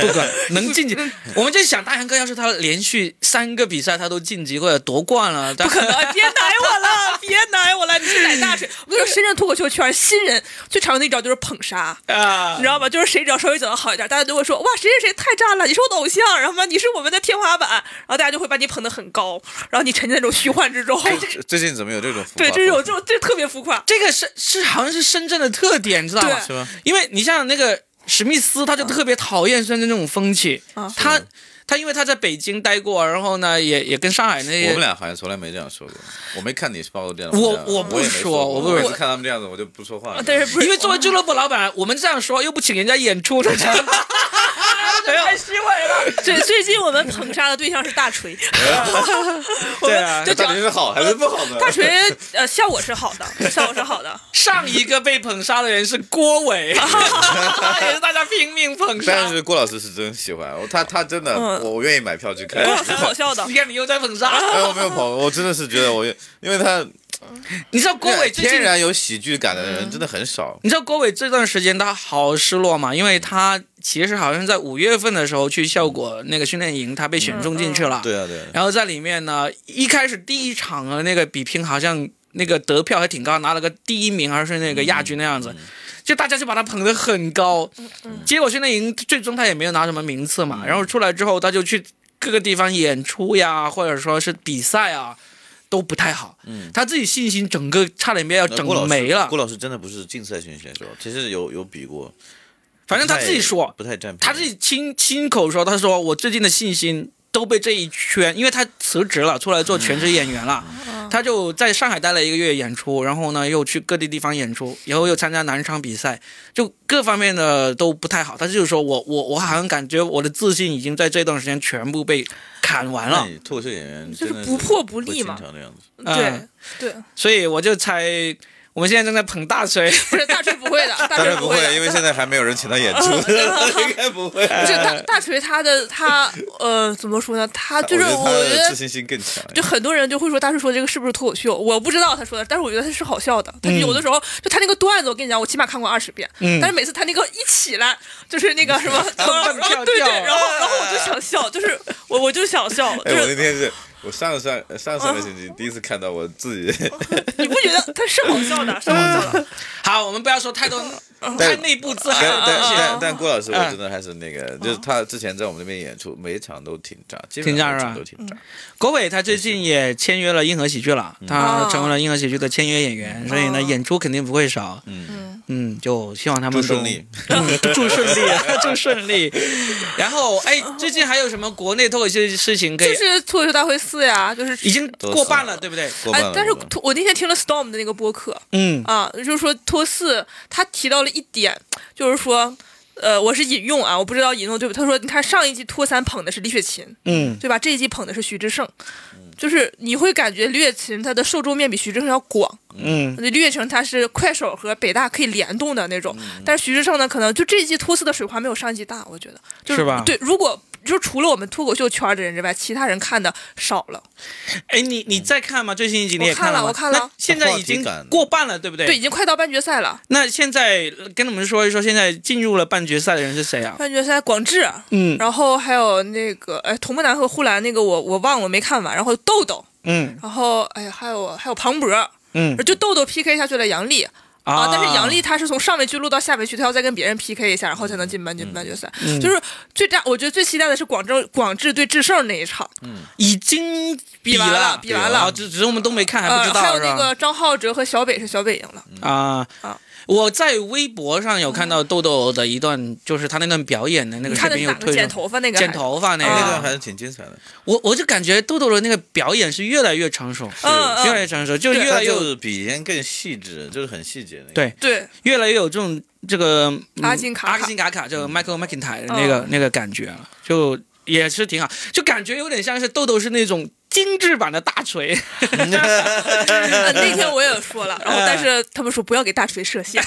[SPEAKER 1] 不管 能晋级，我们就想大杨哥，要是他连续三个比赛他都晋级或者夺冠了， 不
[SPEAKER 3] 不可能，别奶我了，别奶我了，你是奶大水。我跟你说，深圳脱口秀圈新人最常用的一招就是捧杀。
[SPEAKER 1] 啊
[SPEAKER 3] 你知。道吧？就是谁只要稍微整的好一点，大家都会说哇，谁谁谁太炸了，你是我的偶像，然后嘛，你是我们的天花板，然后大家就会把你捧得很高，然后你沉浸在那种虚幻之中。
[SPEAKER 2] 最近怎么有这种浮夸
[SPEAKER 3] 对，这种这种这特别浮夸。
[SPEAKER 1] 这个是是好像是深圳的特点，知道吗
[SPEAKER 3] 对？
[SPEAKER 2] 是吧？
[SPEAKER 1] 因为你像那个史密斯，他就特别讨厌深圳这种风气。
[SPEAKER 3] 啊
[SPEAKER 1] 他他因为他在北京待过，然后呢，也也跟上海那些
[SPEAKER 2] 我们俩好像从来没这样说过，我没看你发过这样的
[SPEAKER 1] 我
[SPEAKER 2] 文章。
[SPEAKER 1] 我
[SPEAKER 2] 我
[SPEAKER 1] 不
[SPEAKER 2] 也没
[SPEAKER 1] 说
[SPEAKER 2] 说
[SPEAKER 1] 我
[SPEAKER 2] 过，
[SPEAKER 1] 不
[SPEAKER 2] 我每
[SPEAKER 1] 说
[SPEAKER 2] 次看他们这样子，我就不说话
[SPEAKER 3] 啊
[SPEAKER 2] 了。
[SPEAKER 3] 但是不是
[SPEAKER 1] 因为作为俱乐部老板，我们这样说又不请人家演出，这 没有
[SPEAKER 3] 太虚伪了。最最近我们捧杀的对象是大锤，我
[SPEAKER 1] 对啊
[SPEAKER 3] 们就
[SPEAKER 2] 嗯这到
[SPEAKER 3] 讲
[SPEAKER 2] 底是好还是不好呢？
[SPEAKER 3] 大锤，呃，效果是好的，效果是好的。
[SPEAKER 1] 上一个被捧杀的人是郭伟， 也是大家拼命捧
[SPEAKER 2] 但
[SPEAKER 1] 杀。
[SPEAKER 2] 是郭老师是真喜欢我他，他真的，
[SPEAKER 3] 嗯
[SPEAKER 2] 我我愿意买票去 看。
[SPEAKER 3] 郭老师好笑的
[SPEAKER 1] 你，看，你又在捧 杀。
[SPEAKER 2] 哎，我没有跑，我真的是觉得我，因为他
[SPEAKER 1] 你知道郭伟最
[SPEAKER 2] 天
[SPEAKER 1] 近，
[SPEAKER 2] 然有喜剧感的
[SPEAKER 3] 嗯
[SPEAKER 2] 人真的很少。
[SPEAKER 1] 你知道郭伟这段时间他好失落嘛？因为他其实好像在五月份的时候去效果那个训练营，他被选中进去了。
[SPEAKER 2] 对啊，对啊，
[SPEAKER 1] 然后在里面呢，一开始第一场的那个比拼好像那个得票还挺高，拿了个第一名还是那个亚军那样
[SPEAKER 2] 嗯
[SPEAKER 1] 子，就大家就把他捧得很高。结果训练营最终他也没有拿什么名次
[SPEAKER 2] 嗯
[SPEAKER 1] 嘛，然后出来之后他就去各个地方演出呀，或者说是比赛啊，都不太好。
[SPEAKER 2] 嗯
[SPEAKER 1] 他自己信心整个差点被要
[SPEAKER 2] 那
[SPEAKER 1] 整
[SPEAKER 2] 郭老师
[SPEAKER 1] 没了
[SPEAKER 2] 郭。老师真的不是竞赛型选手，其实有有比过，
[SPEAKER 1] 反正他自己说，
[SPEAKER 2] 不太占便宜。
[SPEAKER 1] 他自己亲亲口说，他说我最近的信心都被这一圈，因为他辞职了，出来做全职演员了，他就在上海待了一个月演出，然后呢又去各地地方演出，以后又参加南昌比赛，就各方面的都不太好。他就是说我我我好像感觉我的自信已经在这段时间全部被砍完了
[SPEAKER 2] 那，你脱口秀演员
[SPEAKER 3] 就是
[SPEAKER 2] 真的
[SPEAKER 3] 不破不立
[SPEAKER 2] 经
[SPEAKER 3] 嘛
[SPEAKER 2] 常这样子。
[SPEAKER 3] 对
[SPEAKER 1] 嗯
[SPEAKER 3] 对，
[SPEAKER 1] 所以我就猜我们现在正在捧大锤，
[SPEAKER 3] 不是大锤不会的，大
[SPEAKER 2] 当
[SPEAKER 3] 锤
[SPEAKER 2] 然不
[SPEAKER 3] 会的，啊嗯
[SPEAKER 2] 会，因为现在还没有人请他演 出， 应该不会。
[SPEAKER 3] 不是大大锤他的他呃怎么说呢？他就是
[SPEAKER 2] 我觉得呃他
[SPEAKER 3] 我觉
[SPEAKER 2] 的
[SPEAKER 3] 得
[SPEAKER 2] 自信心更强。
[SPEAKER 3] 就很多人就会说大叔说这个是不是脱口秀？我不知道他说的，但是我觉得他是好笑的。他
[SPEAKER 2] 嗯
[SPEAKER 3] 有的时候、就他那个段子，我跟你讲，我起码看过二十遍。但是每次他那个一起来，就是那个什么，然后然后对对，然后然后我就想笑，就是我我就想笑，就
[SPEAKER 2] 啊哎，我那
[SPEAKER 3] 是
[SPEAKER 2] 天是我上上上上个星期第一次看到我自 己，
[SPEAKER 3] 你不觉得他是好 笑的，是好笑
[SPEAKER 2] 嗯
[SPEAKER 3] 的。
[SPEAKER 1] 好，我们不要说太 多太内部自
[SPEAKER 2] 但
[SPEAKER 1] 嗨了。
[SPEAKER 3] 嗯
[SPEAKER 2] 但但但郭老师，我真的还是那个，就是他之前在我们那边演出，每一场都挺炸，基本上每一场都挺炸。
[SPEAKER 1] 郭伟他最近也签约了硬核喜剧了，
[SPEAKER 2] 嗯
[SPEAKER 1] 他成为了硬核喜剧的签约演员，所以呢，演出肯定不会少。
[SPEAKER 2] 嗯
[SPEAKER 1] 嗯，就希望他们
[SPEAKER 2] 祝
[SPEAKER 1] 都
[SPEAKER 2] 顺利，
[SPEAKER 1] 嗯祝顺利，祝顺利。然后，哎，最近还有什么国内脱口秀事情可以
[SPEAKER 3] 哦就？是脱口秀大会四呀，就是
[SPEAKER 1] 已经过半了，对不对？
[SPEAKER 2] 过半
[SPEAKER 3] 哎
[SPEAKER 2] 了，。
[SPEAKER 3] 但是
[SPEAKER 2] 过半了
[SPEAKER 3] 脱我那天听了 Storm 的那个播客，
[SPEAKER 1] 嗯
[SPEAKER 3] 啊，就是说托四他提到了一点，就是说。呃，我是引用啊，我不知道引用对不对。他说，你看上一季托三捧的是李雪琴，
[SPEAKER 1] 嗯，
[SPEAKER 3] 对吧？这一季捧的是徐志胜，就是你会感觉李雪琴她的受众面比徐志胜要广。
[SPEAKER 1] 嗯，
[SPEAKER 3] 李雪琴她是快手和北大可以联动的那种，但是徐志胜呢，可能就这一季托四的水花没有上一季大，我觉得就是
[SPEAKER 1] 是吧
[SPEAKER 3] 对，如果就除了我们脱口秀圈的人之外，其他人看的少了，
[SPEAKER 1] 哎，你你再看吗？最新一集你也
[SPEAKER 3] 我看
[SPEAKER 1] 了吗？
[SPEAKER 3] 了我看了
[SPEAKER 1] 那现在已经
[SPEAKER 2] 话题感
[SPEAKER 1] 过半了，对不对？
[SPEAKER 3] 对，已。经快到半决赛了。
[SPEAKER 1] 那现在呃跟我们说一说，现在进入了半决赛的人是谁啊？
[SPEAKER 3] 半决赛广智，
[SPEAKER 1] 嗯
[SPEAKER 3] 然后还有那个哎，童梦楠和呼兰那个我我忘了我没看完，然后豆豆，
[SPEAKER 1] 嗯
[SPEAKER 3] 然后哎呀还有还有庞博，
[SPEAKER 1] 嗯
[SPEAKER 3] 就豆豆 PK 下去了杨丽啊，但是杨丽她是从上位区落到下位区，她要再跟别人 PK 一下，然后才能进半进半决赛。
[SPEAKER 1] 嗯
[SPEAKER 3] 就是最大，我觉得最期待的是广州广智对智胜那一场，
[SPEAKER 1] 已经比
[SPEAKER 3] 完了
[SPEAKER 1] 了，
[SPEAKER 3] 比完
[SPEAKER 1] 啊
[SPEAKER 3] 了
[SPEAKER 1] 只只是我们都没看，还不
[SPEAKER 3] 呃，
[SPEAKER 1] 知道
[SPEAKER 3] 还有
[SPEAKER 1] 是吧
[SPEAKER 3] 那个张浩哲和小北是小北赢了，
[SPEAKER 1] 啊
[SPEAKER 3] 啊
[SPEAKER 1] 我在微博上有看到豆豆的一段，就是他那段表演的那个
[SPEAKER 3] 你
[SPEAKER 1] 视
[SPEAKER 3] 看嗯的
[SPEAKER 1] 频
[SPEAKER 3] 是
[SPEAKER 1] 有
[SPEAKER 3] 哪个
[SPEAKER 1] 推
[SPEAKER 3] 剪
[SPEAKER 1] 出
[SPEAKER 3] 头发那个还？
[SPEAKER 1] 剪头发那
[SPEAKER 2] 哎那
[SPEAKER 1] 个
[SPEAKER 3] 啊
[SPEAKER 2] 段，还是挺精彩的。
[SPEAKER 1] 我我就感觉豆豆的那个表演是越来越成熟，
[SPEAKER 3] 嗯
[SPEAKER 1] 越来
[SPEAKER 3] 嗯，
[SPEAKER 1] 越成熟，就
[SPEAKER 3] 对
[SPEAKER 1] 越
[SPEAKER 2] 他
[SPEAKER 1] 来越
[SPEAKER 2] 就是比以前更细致，就是很细节那个。
[SPEAKER 1] 对
[SPEAKER 3] 对，
[SPEAKER 1] 越来越有这种这个、嗯
[SPEAKER 3] 阿金卡嗯哦卡
[SPEAKER 1] 阿金卡卡，这个 Michael McIntyre 的那个、那个感觉了，就也是挺好，就感觉有点像是豆豆是那种精致版的大锤，
[SPEAKER 3] 呃那天我也说了，然后但是他们说不要给大锤 设限，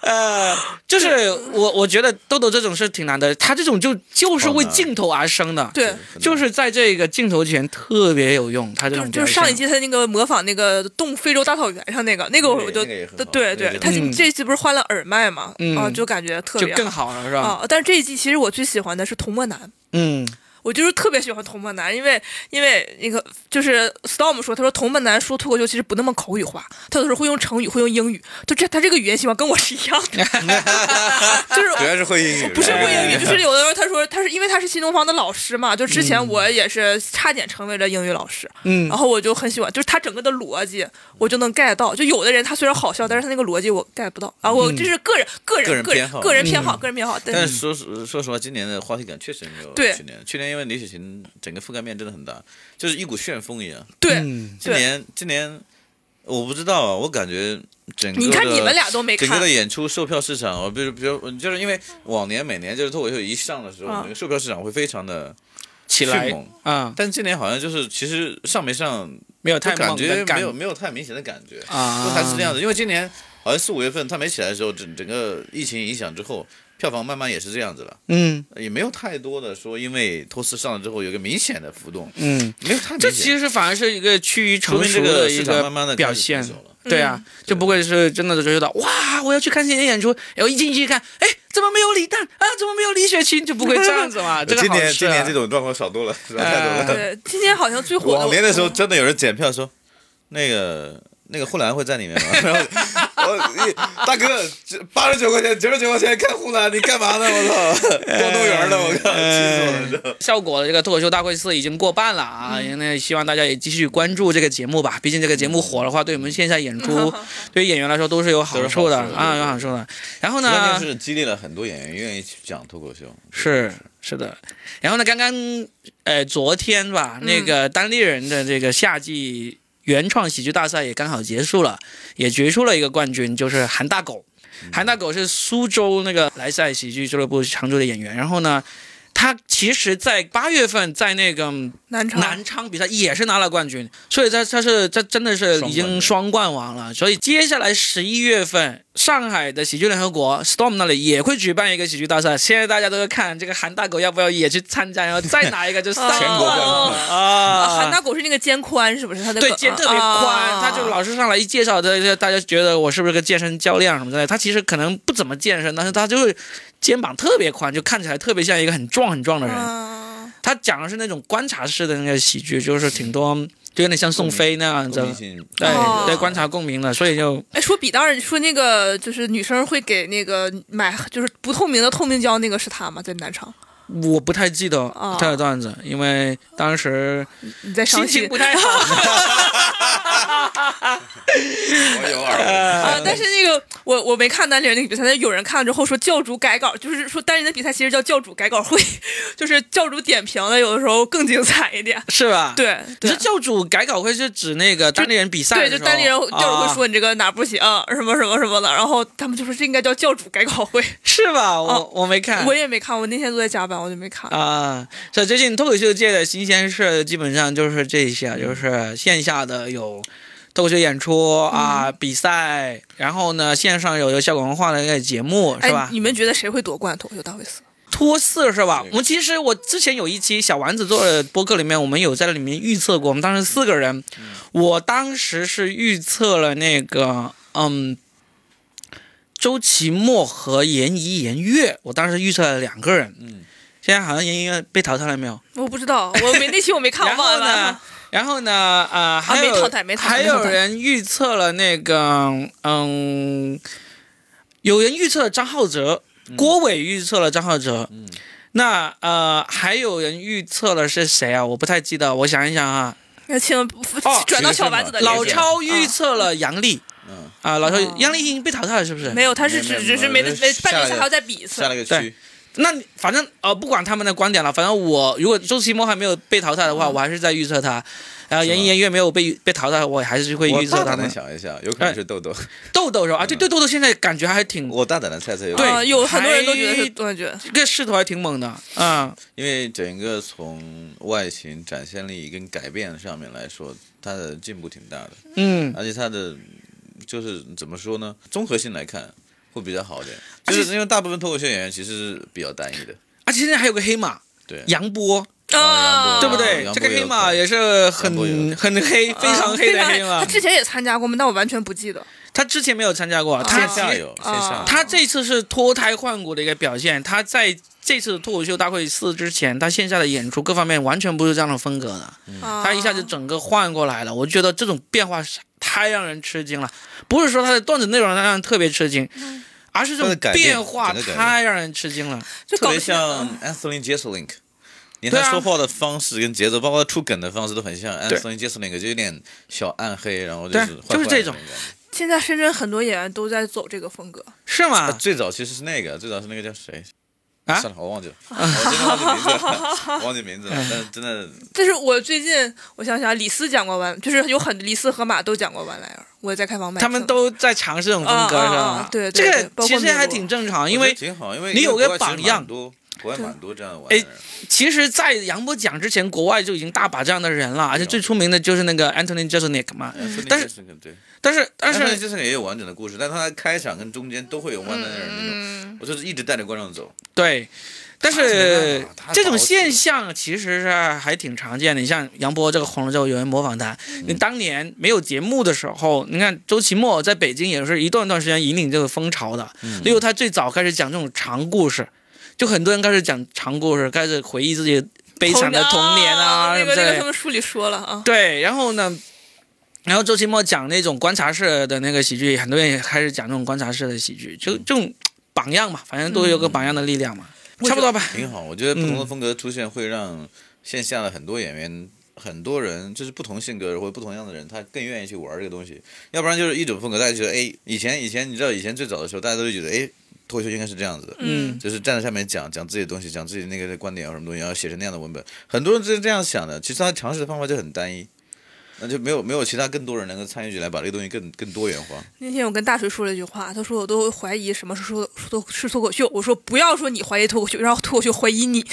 [SPEAKER 1] 呃，就是我我觉得豆豆这种是挺难的，他这种就就是为
[SPEAKER 2] 好难
[SPEAKER 1] 镜头而生的，
[SPEAKER 3] 对。
[SPEAKER 2] 很
[SPEAKER 1] 就是在这个镜头前特别有用，他这
[SPEAKER 3] 就
[SPEAKER 1] 种
[SPEAKER 3] 是
[SPEAKER 1] 表
[SPEAKER 3] 就
[SPEAKER 1] 现
[SPEAKER 3] 是上一季他那个模仿那个动非洲大草原上那个那
[SPEAKER 2] 那
[SPEAKER 3] 个我
[SPEAKER 2] 个
[SPEAKER 3] 就
[SPEAKER 2] 那个也很好
[SPEAKER 3] 对
[SPEAKER 2] 那个
[SPEAKER 3] 对，
[SPEAKER 2] 就
[SPEAKER 3] 他
[SPEAKER 1] 嗯
[SPEAKER 3] 这一季不是换了耳麦嘛，
[SPEAKER 1] 嗯
[SPEAKER 3] 啊就感觉特
[SPEAKER 1] 就
[SPEAKER 3] 别
[SPEAKER 1] 更
[SPEAKER 3] 好
[SPEAKER 1] 好了，是吧？
[SPEAKER 3] 啊，但是这一季其实我最喜欢的是童漠男。
[SPEAKER 1] 嗯
[SPEAKER 3] 我就是特别喜欢童漠男，因为因为那个就是 Storm 说，他说童漠男说脱口秀其实不那么口语化，他有时候会用成语，会用英语，就这他这个语言习惯跟我是一样 的，就是
[SPEAKER 2] 主要是会英语，
[SPEAKER 3] 不是
[SPEAKER 2] 吧
[SPEAKER 3] 会英语，就是有的时候他说他是因为他是新东方的老师嘛，就之
[SPEAKER 2] 嗯
[SPEAKER 3] 前我也是差点成为了英语老师，
[SPEAKER 1] 嗯
[SPEAKER 3] 然后我就很喜欢，就是他整个的逻辑我就能 get 到，就有的人他虽然好笑，但是他那个逻辑我 get 不到，然后我这是个人个
[SPEAKER 2] 嗯个
[SPEAKER 3] 人
[SPEAKER 2] 人
[SPEAKER 3] 个人
[SPEAKER 2] 偏好
[SPEAKER 3] 个
[SPEAKER 1] 嗯
[SPEAKER 3] 人偏好个人偏好，
[SPEAKER 2] 但
[SPEAKER 3] 但
[SPEAKER 2] 是说实说实话，今年的话题感确实没有
[SPEAKER 3] 对
[SPEAKER 2] 去年。去年因为李雪琴整个覆盖面真的很大，就是一股旋风一样。
[SPEAKER 3] 对。
[SPEAKER 1] 嗯，
[SPEAKER 2] 今年今年我不知道啊，我感觉整个
[SPEAKER 3] 你看
[SPEAKER 2] 的
[SPEAKER 3] 你们俩都没
[SPEAKER 2] 整个
[SPEAKER 3] 看
[SPEAKER 2] 的，演出售票市场，啊比如比如就是因为往年每年就是脱口秀一上的时候，
[SPEAKER 3] 啊
[SPEAKER 2] 那个售票市场会非常的
[SPEAKER 1] 起来
[SPEAKER 2] 迅猛，
[SPEAKER 1] 啊、
[SPEAKER 2] 但今年好像就是其实上没上
[SPEAKER 1] 没有太
[SPEAKER 2] 就感
[SPEAKER 1] 猛的
[SPEAKER 2] 觉
[SPEAKER 1] 感
[SPEAKER 2] 没有没有太明显的感觉
[SPEAKER 1] 啊
[SPEAKER 2] 都还是这样子。因为今年好像四五月份它没起来的时候，整整个疫情影响之后，票房慢慢也是这样子了，
[SPEAKER 1] 嗯
[SPEAKER 2] 也没有太多的说因为托斯上了之后有一个明显的浮动，
[SPEAKER 1] 嗯，
[SPEAKER 2] 没有太明显。
[SPEAKER 1] 这其实反而是一个趋于成
[SPEAKER 2] 说明这
[SPEAKER 1] 熟的一
[SPEAKER 2] 市场慢慢的
[SPEAKER 1] 表现。
[SPEAKER 2] 了。
[SPEAKER 1] 对啊，
[SPEAKER 3] 嗯
[SPEAKER 1] 就不会是真的就觉得哇，我要去看现场演出，然后一进去一看，哎，怎么没有李诞啊？怎么没有李雪琴？就不会这样子嘛。这个
[SPEAKER 2] 今
[SPEAKER 1] 好
[SPEAKER 2] 年
[SPEAKER 1] 事
[SPEAKER 2] 今
[SPEAKER 1] 啊呃
[SPEAKER 2] 年这种状况少多了，少太多了。
[SPEAKER 3] 对，今年好像最火的
[SPEAKER 2] 往年的时候，真的有人检票说，那个那个护栏会在里面吗？ 然后我一大哥八十九块钱，九十九块钱看护栏，你干嘛呢？我操， 逛动物园呢，我靠，气死我
[SPEAKER 1] 嗯
[SPEAKER 2] 了你知道吗。嗯
[SPEAKER 1] 效果的这个脱口秀大会四已经过半了啊，那希望大家也继续关注这个节目吧。毕竟这个节目火的话，对我们线下演 出，对于演员来说都是有好处的
[SPEAKER 2] 都是好处的
[SPEAKER 1] 啊，有好处的。然后
[SPEAKER 2] 关
[SPEAKER 1] 呢，
[SPEAKER 2] 键是激励了很多演员愿意去讲脱口秀，
[SPEAKER 1] 是是的，然后呢，刚刚呃昨天吧，那个单立人的这个夏季原创喜剧大赛也刚好结束了，也决出了一个冠军，就是韩大狗。韩大狗是苏州那个莱赛喜剧俱乐部常驻的演员，然后呢，他其实，在八月份在那个
[SPEAKER 3] 南昌
[SPEAKER 1] 南昌比赛也是拿了冠军，所以他他是他真的是已经双冠王了。所以接下来十一月份，上海的喜剧联合国 Storm 那里也会举办一个喜剧大赛，现在大家都在看这个韩大狗要不要也去参加，然后再拿一 个就三
[SPEAKER 3] 全国冠军
[SPEAKER 1] 冠
[SPEAKER 3] 啊，韩
[SPEAKER 1] 啊。
[SPEAKER 3] 大狗是那个啊肩宽，是不是？他的
[SPEAKER 1] 对，肩特别宽，他
[SPEAKER 3] 啊
[SPEAKER 1] 就老是上来一介绍，大家大家觉得我是不是个健身教练什么之类的。他其实可能不怎么健身，但是他就是肩膀特别宽，就看起来特别像一个很壮很壮的人。
[SPEAKER 3] 啊，
[SPEAKER 1] 他讲的是那种观察式的那个喜剧，就是挺多，就有点像宋飞那样子
[SPEAKER 2] 公，民性
[SPEAKER 1] 对、
[SPEAKER 3] 哦
[SPEAKER 1] 对，观察共鸣的，所以就
[SPEAKER 3] 哎，说笔当然说那个就是女生会给那个买就是不透明的透明胶，那个是他吗？在南昌，
[SPEAKER 1] 我不太记得
[SPEAKER 3] 哦
[SPEAKER 1] 他的段子，因为当时
[SPEAKER 3] 你在
[SPEAKER 1] 心
[SPEAKER 3] 伤
[SPEAKER 1] 情
[SPEAKER 3] 心
[SPEAKER 1] 不太好。
[SPEAKER 2] 我有耳闻
[SPEAKER 1] 嗯
[SPEAKER 3] 啊？但是那个我我没看单立人那个比赛，但有人看了之后说教主改稿，就是说单立人的比赛其实叫教主改稿会， 就是教主点评的，有的时候更精彩一点。
[SPEAKER 1] 是吧？。
[SPEAKER 3] 对
[SPEAKER 1] 你
[SPEAKER 3] 对啊
[SPEAKER 1] 说教主改稿会是指那个单立人比赛的
[SPEAKER 3] 对，
[SPEAKER 1] 时
[SPEAKER 3] 就
[SPEAKER 1] 候？
[SPEAKER 3] 单立人教主会
[SPEAKER 1] 啊
[SPEAKER 3] 说你这个哪不行，什么什么什么的，然后他们就说这应该叫教主改稿会。
[SPEAKER 1] 啊是吧？我、
[SPEAKER 3] 哦
[SPEAKER 1] 我没看。
[SPEAKER 3] 我也没看，我那天都在加班，我就没看。
[SPEAKER 1] 嗯啊，所以最近脱口秀界的新鲜事儿基本上就是这些啊，就是线下的有脱口秀演出
[SPEAKER 3] 嗯
[SPEAKER 1] 啊、比赛，然后呢线上有一个效果文化的一个节目，是
[SPEAKER 3] 哎
[SPEAKER 1] 吧，？
[SPEAKER 3] 你们觉得谁会夺冠脱口秀大会四？
[SPEAKER 1] 脱四是吧
[SPEAKER 2] 对？
[SPEAKER 1] 我们其实我之前有一期小丸子做的播客里面，我们有在里面预测过，我们当时四个人，
[SPEAKER 2] 嗯
[SPEAKER 1] 我当时是预测了那个嗯。周奇墨和严怡、严月，我当时预测了两个人，
[SPEAKER 2] 嗯，
[SPEAKER 1] 现在好像严怡被淘汰了没有？
[SPEAKER 3] 我不知道，我没那期我没看，我
[SPEAKER 1] 然后
[SPEAKER 3] 忘
[SPEAKER 1] 呢
[SPEAKER 3] 了。，啊
[SPEAKER 1] 然后呢，呃，还有、
[SPEAKER 3] 没淘汰没淘汰
[SPEAKER 1] 还
[SPEAKER 3] 没淘
[SPEAKER 1] 有
[SPEAKER 3] 汰
[SPEAKER 1] 人预测了那个，嗯，有人预测了张浩哲，郭伟预测了张浩哲，
[SPEAKER 2] 嗯
[SPEAKER 1] 那呃，还有人预测了是谁啊？我不太记得，我想一想啊，
[SPEAKER 3] 那请转到小丸子的
[SPEAKER 2] 徐
[SPEAKER 1] 老
[SPEAKER 2] 克胜吧
[SPEAKER 1] 超预测了杨笠
[SPEAKER 2] 嗯，
[SPEAKER 1] 啊、老超
[SPEAKER 3] 哦
[SPEAKER 1] 杨笠已经被淘汰了，是不是？
[SPEAKER 3] 没有，他是
[SPEAKER 2] 没
[SPEAKER 3] 只
[SPEAKER 2] 没
[SPEAKER 3] 只是
[SPEAKER 2] 没
[SPEAKER 3] 没得没
[SPEAKER 2] 下
[SPEAKER 3] 半决
[SPEAKER 2] 来
[SPEAKER 3] 赛还要再比一次
[SPEAKER 2] 下。了个
[SPEAKER 1] 对
[SPEAKER 2] 区，
[SPEAKER 1] 那你反正呃，不管他们的观点了，反正我如果周奇墨还没有被淘汰的
[SPEAKER 3] 嗯
[SPEAKER 1] 话，我还是在预测他。然后
[SPEAKER 2] 是吗
[SPEAKER 1] 严一严月没有被被淘汰，我还是会
[SPEAKER 2] 我
[SPEAKER 1] 预测
[SPEAKER 2] 大
[SPEAKER 1] 他
[SPEAKER 2] 胆的
[SPEAKER 1] 们。
[SPEAKER 2] 想一嗯下，有可能是豆豆。
[SPEAKER 1] 豆豆是吧？啊，对对，豆豆现在感觉还挺，
[SPEAKER 2] 我大胆的猜测，有可能
[SPEAKER 1] 对
[SPEAKER 3] 啊，有很多人都觉得
[SPEAKER 1] 还
[SPEAKER 3] 是冠军。
[SPEAKER 1] 这个势头还挺猛的。嗯，
[SPEAKER 2] 因为整个从外形、展现力跟改变上面来说，它的进步挺大的，
[SPEAKER 1] 嗯，
[SPEAKER 2] 而且它的就是怎么说呢，综合性来看会比较好一点。
[SPEAKER 1] 而
[SPEAKER 2] 就
[SPEAKER 1] 且
[SPEAKER 2] 是因为大部分脱口秀演员其实是比较单一的，
[SPEAKER 1] 而且现在还有个黑马
[SPEAKER 2] 对，
[SPEAKER 1] 杨波，
[SPEAKER 2] 啊
[SPEAKER 1] 对不对
[SPEAKER 2] 杨？波
[SPEAKER 1] 这个
[SPEAKER 2] 也有
[SPEAKER 1] 黑马
[SPEAKER 2] 可
[SPEAKER 1] 也是
[SPEAKER 2] 杨波也有
[SPEAKER 1] 很很黑，非常黑的黑
[SPEAKER 3] 啊嗯他
[SPEAKER 1] 马。
[SPEAKER 3] 之前也参加过吗？但我完全不记得。
[SPEAKER 1] 他之前没有参加过，他
[SPEAKER 2] 线
[SPEAKER 3] 线
[SPEAKER 2] 下
[SPEAKER 1] 其实哦
[SPEAKER 2] 有，线
[SPEAKER 3] 啊
[SPEAKER 2] 下有
[SPEAKER 1] 他这次是脱胎换骨的一个表现。他在这次脱口秀大会四之前，他线下的演出各方面完全不是这样的风格的，嗯他
[SPEAKER 3] 他
[SPEAKER 1] 一下就整个换过来了。我觉得这种变化是太让人吃惊了，不是说他的段子内容让人特别吃惊，
[SPEAKER 3] 嗯
[SPEAKER 1] 而是这
[SPEAKER 2] 他的
[SPEAKER 1] 种
[SPEAKER 2] 改变
[SPEAKER 1] 变化
[SPEAKER 2] 整个改变
[SPEAKER 1] 太让人吃惊了。
[SPEAKER 3] 就
[SPEAKER 2] 特
[SPEAKER 3] 搞
[SPEAKER 2] 别
[SPEAKER 3] 得嗯
[SPEAKER 2] 像 Anthony Jeselnik，连
[SPEAKER 1] 嗯对
[SPEAKER 2] 他
[SPEAKER 1] 啊
[SPEAKER 2] 说话的方式跟节奏，包括他出梗的方式都很像 Anthony Jeselnik，就有点小暗黑，然后就
[SPEAKER 1] 对啊
[SPEAKER 2] 是坏
[SPEAKER 1] 就
[SPEAKER 2] 坏
[SPEAKER 1] 是
[SPEAKER 2] 的
[SPEAKER 1] 这
[SPEAKER 2] 那
[SPEAKER 1] 种啊
[SPEAKER 2] 感觉
[SPEAKER 3] 现在深圳很多演员都在走这个风格。
[SPEAKER 1] 是
[SPEAKER 2] 啊，
[SPEAKER 1] 吗？
[SPEAKER 2] 最早其实是那个，最早是那个叫谁？
[SPEAKER 1] 啊
[SPEAKER 2] 算了，我忘记了，我真的忘记名字了，忘记名字了。 但是真的，
[SPEAKER 3] 但是我最近我想想，李斯讲过完，就是有很李斯和马都讲过完莱尔，我也在开房麦。
[SPEAKER 1] 他们都在尝试这种风格，
[SPEAKER 3] 啊
[SPEAKER 1] 是
[SPEAKER 3] 啊
[SPEAKER 1] 吧
[SPEAKER 3] 啊？对对对
[SPEAKER 1] 这个
[SPEAKER 3] 包括
[SPEAKER 1] 其
[SPEAKER 3] 美
[SPEAKER 1] 实
[SPEAKER 3] 国
[SPEAKER 1] 还挺正常，因
[SPEAKER 2] 我觉
[SPEAKER 1] 为
[SPEAKER 2] 得挺好，因为
[SPEAKER 1] 你
[SPEAKER 2] 因为
[SPEAKER 1] 有个
[SPEAKER 2] 国外其实
[SPEAKER 1] 榜样
[SPEAKER 2] 蛮多国外蛮多这样的玩
[SPEAKER 1] 哎
[SPEAKER 2] 意儿。
[SPEAKER 1] 其实，在杨波讲之前，国外就已经大把这样的人了，而且最出名的就是那个 Anthony Jeselnik 嘛。但是
[SPEAKER 2] 是对，
[SPEAKER 1] 但是，但是，
[SPEAKER 2] 就是也有完整的故事，但他开场跟中间都会有 one liner 那
[SPEAKER 1] 嗯
[SPEAKER 3] 嗯
[SPEAKER 2] 种，我就是一直带着观众走。
[SPEAKER 1] 对，但
[SPEAKER 2] 没
[SPEAKER 1] 是
[SPEAKER 2] 办法他
[SPEAKER 1] 这种
[SPEAKER 2] 早死
[SPEAKER 1] 现象其实是还挺常见的。你像杨波这个红了之后，有人模仿他。你当年没有节目的时候，你看周奇墨在北京也是一段段时间引领这个风潮的，因为他最早开始讲这种长故事，就很多人开始讲长故事，开始回忆自己悲惨的童年啊
[SPEAKER 3] 那
[SPEAKER 1] 什么
[SPEAKER 3] 个
[SPEAKER 1] 之
[SPEAKER 3] 那
[SPEAKER 1] 类
[SPEAKER 3] 个
[SPEAKER 1] 的
[SPEAKER 3] 他。们书里说了啊，
[SPEAKER 1] 对，然后呢，然后周奇墨讲那种观察式的那个喜剧，很多人也开始讲这种观察式的喜剧，就这种榜样嘛，反正都有个榜样的力量嘛，差不多吧。
[SPEAKER 2] 挺好，我觉得不
[SPEAKER 1] 嗯
[SPEAKER 2] 同的风格出现会让线下的很多演员、很多人，就是不同性格或者不同样的人，他更愿意去玩这个东西。要不然就是一种风格，大家觉得哎，以前以前你知道以前最早的时候，大家都会觉得哎，脱口秀应该是这样子的。
[SPEAKER 1] 嗯，
[SPEAKER 2] 就是站在下面讲讲自己的东西，讲自己那个观点啊什么东西，然后写成那样的文本，很多人就是这样想的。其实他尝试的方法就很单一，那就没有没有其他更多人能够参与进来，把这个东西更更多元化。
[SPEAKER 3] 那天我跟大锤说了一句话，他说我都怀疑什么是说说是脱口秀。我说不要说你怀疑脱口秀，让脱口秀 怀疑你。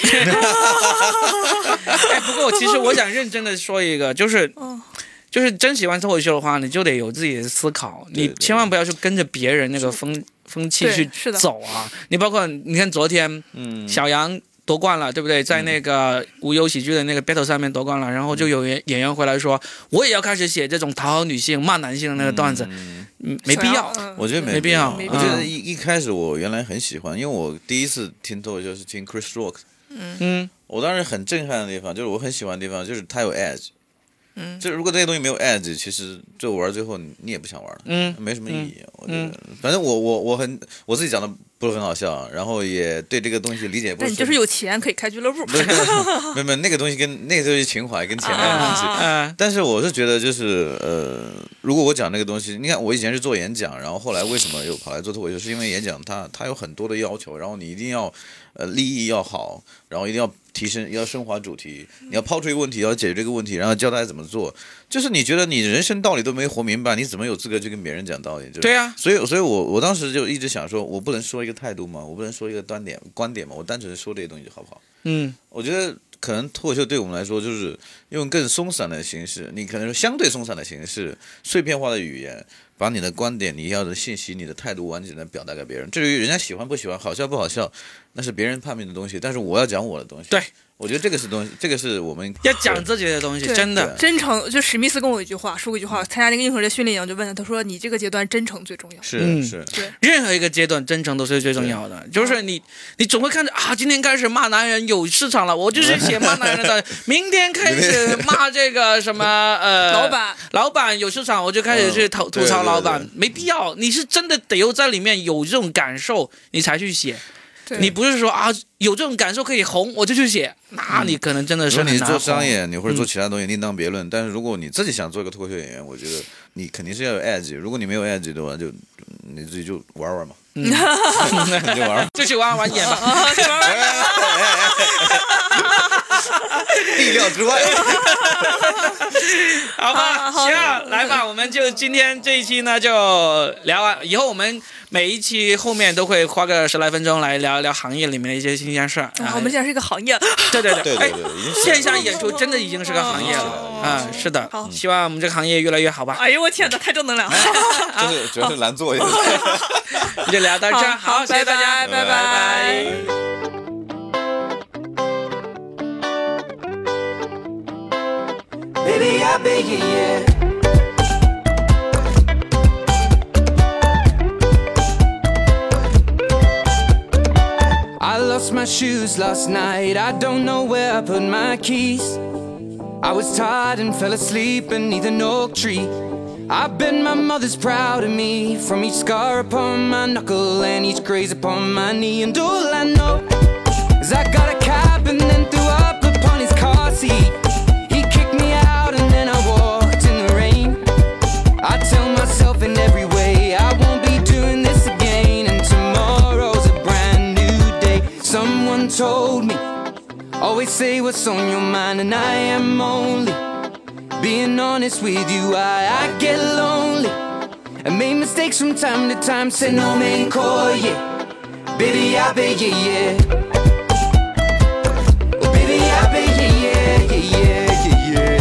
[SPEAKER 1] 哎，不过其实我想认真的说一个，就是
[SPEAKER 3] 嗯。
[SPEAKER 1] 就是真喜欢脱口秀的话，你就得有自己的思考，
[SPEAKER 2] 对
[SPEAKER 1] 你
[SPEAKER 2] 对
[SPEAKER 1] 千万不要去跟着别人那个风风气
[SPEAKER 3] 对
[SPEAKER 1] 去
[SPEAKER 3] 是的
[SPEAKER 1] 走啊！你包括你看昨天，
[SPEAKER 2] 嗯，
[SPEAKER 1] 小杨夺冠了，对不对？在那个无忧喜剧的那个 battle 上面夺冠了，然后就有演演员回来说，我也要开始写这种讨好女性、骂男性的那个段子，
[SPEAKER 2] 嗯
[SPEAKER 1] 嗯，没必要。
[SPEAKER 3] 嗯
[SPEAKER 2] 我觉得
[SPEAKER 1] 没
[SPEAKER 2] 没
[SPEAKER 1] 必要
[SPEAKER 3] 没
[SPEAKER 2] 我
[SPEAKER 3] 必
[SPEAKER 2] 觉
[SPEAKER 1] 要
[SPEAKER 2] 得一一开始我原来很喜欢，因为我第一次听脱口秀是听 Chris Rock，
[SPEAKER 1] 嗯，
[SPEAKER 2] 我当时很震撼的地方就是我很喜欢的地方就是他有 edge，
[SPEAKER 3] 嗯
[SPEAKER 2] 就是如果这些东西没有 edge，其实就玩到最后你你也不想玩了，
[SPEAKER 1] 嗯
[SPEAKER 2] 没什么意义。我觉得，反正我我我很我自己讲的不是很好笑，然后也对这个东西理解不
[SPEAKER 3] 但
[SPEAKER 2] 深。
[SPEAKER 3] 你就是有钱可以开俱乐部，
[SPEAKER 2] 没有没有那个东西跟那个东西情怀跟钱没有关系。
[SPEAKER 3] 啊
[SPEAKER 1] 啊，
[SPEAKER 2] 但是我是觉得，就是呃，如果我讲那个东西，你看我以前是做演讲，然后后来为什么又跑来做脱口秀，是因为演讲它它有很多的要求，然后你一定要呃立意要好，然后一定要提升，要升华主题，你要抛出一个问题，要解决这个问题，然后教大家怎么做。就是你觉得你人生道理都没活明白，你怎么有资格去跟别人讲道理？就是
[SPEAKER 1] 对啊
[SPEAKER 2] 所以所以我我当时就一直想说，我不能说一个态度吗？我不能说一个观点观点吗？我单纯说这些东西就好不好？
[SPEAKER 1] 嗯，
[SPEAKER 2] 我觉得可能脱口秀对我们来说，就是用更松散的形式，你可能说相对松散的形式，碎片化的语言，把你的观点、你要的信息、你的态度完整的表达给别人。至于人家喜欢不喜欢、好笑不好笑，那是别人判别的东西，但是我要讲我的东西。
[SPEAKER 1] 对，
[SPEAKER 2] 我觉得这个是东西，这个是我们
[SPEAKER 1] 要讲自己的东西，
[SPEAKER 3] 对
[SPEAKER 1] 真的，
[SPEAKER 3] 真诚就史密斯跟我有一句话说过一句话，参加那个硬核的训练营，我就问他，他说你这个阶段真诚最重要。
[SPEAKER 2] 是、
[SPEAKER 1] 嗯
[SPEAKER 2] 是。
[SPEAKER 1] 任何一个阶段，真诚都是最重要的。就是你，你总会看着啊，今天开始骂男人有市场了，我就是写骂男人的；明天开始骂这个什么呃，
[SPEAKER 3] 老板，
[SPEAKER 1] 老板有市场，我就开始去吐
[SPEAKER 2] 嗯对
[SPEAKER 1] 吐槽老
[SPEAKER 2] 对
[SPEAKER 1] 板，没必要。你是真的得要在里面有这种感受，你才去写。
[SPEAKER 3] 对
[SPEAKER 1] 你不是说啊有这种感受可以红，我就去写，那你可能真的
[SPEAKER 2] 如
[SPEAKER 1] 是
[SPEAKER 2] 果
[SPEAKER 1] 很
[SPEAKER 2] 嗯你
[SPEAKER 1] 难
[SPEAKER 2] 做
[SPEAKER 1] 红
[SPEAKER 2] 商，业，你或者做其他东西，另当别论。但是如果你自己想做一个脱口秀演员，我觉得你肯定是要有 edge。如果你没有 edge 的话，就嗯你自己就玩玩嘛，
[SPEAKER 1] 嗯
[SPEAKER 2] 你就玩玩。
[SPEAKER 1] 就去玩玩 演吧。
[SPEAKER 3] 啊，这玩意儿
[SPEAKER 2] 意料之外。
[SPEAKER 1] 好 吧，行啊，来吧，我们就今天这一期呢就聊完，以后我们每一期后面都会花个十来分钟来聊聊行业里面的一些新鲜事儿。
[SPEAKER 3] 啊我们现在是一个行业，
[SPEAKER 1] 对对对
[SPEAKER 2] 对
[SPEAKER 1] 哎
[SPEAKER 2] 对对，已经
[SPEAKER 1] 线下演出真的已经是个行业了啊、是的，
[SPEAKER 3] 哦好
[SPEAKER 1] 希望我们这个行业越来越好吧。
[SPEAKER 3] 哎呦我天哪，太正能量了。
[SPEAKER 1] 哎
[SPEAKER 2] 真
[SPEAKER 1] 啊
[SPEAKER 2] 的真是 难做。
[SPEAKER 1] 那 就聊到这 儿，
[SPEAKER 3] 好
[SPEAKER 1] 好，谢谢大家，
[SPEAKER 3] 拜拜
[SPEAKER 1] 拜
[SPEAKER 3] 拜拜
[SPEAKER 4] I lost my shoes last night. I don't know where I put my keys. I was tired and fell asleep beneath an oak tree. I bet my mother's proud of me. From each scar upon my knuckle and each graze upon my knee. And all I know is I got a cab and then threw up upon his car seat. He kicked me out and then I walked in the rain. I tell myself in every way I won't be doing this again. And tomorrow's a brand new day. Someone told me, always say what's on your mind, and I am only being honest with you. I, I get lonely. I made mistakes from time to time. Say no man call yeah. Baby, I beg you, yeah. Oh, Baby, I beg you, yeah, yeah, yeah, yeah, yeah.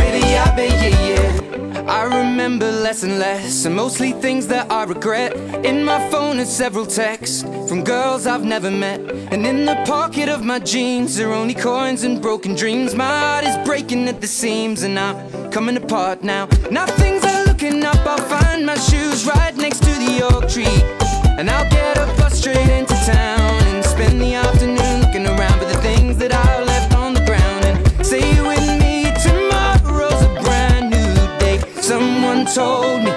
[SPEAKER 4] Baby, I bet, yeah, yeah. I remember less and less, and mostly things that I regret. In my phone are several texts from girls I've never met. And in the pocket of my jeans are only coins and broken dreams. My heart is breaking at the seams, and I'm coming apart now. Nothing's looking up, I'll find my shoes right next to the oak tree. And I'll get a bus straight into town and spend the afternoon looking around for the things that I left on the ground. And say you and me tomorrow's a brand new day. Someone told me,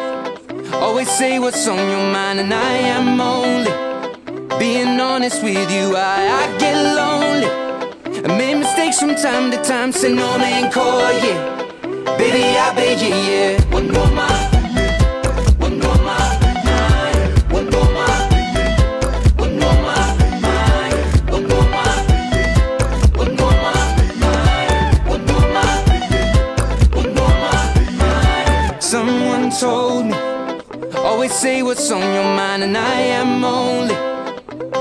[SPEAKER 4] always say what's on your mind, and I am only being honest with you. I, I get lonely. I made mistakes from time to time, say no man call yeah. Baby, I beg you, yeah. One more mile. One more mile. One more mile. One more mile. One more mile. One more mile. One more mile. One more mile. Someone told me, always say what's on your mind, and I am only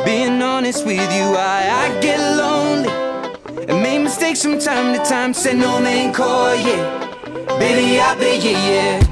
[SPEAKER 4] being honest with you. I, I get lonely. I made mistakes from time to time, said no man call, yeah. Baby, I beg you, yeah.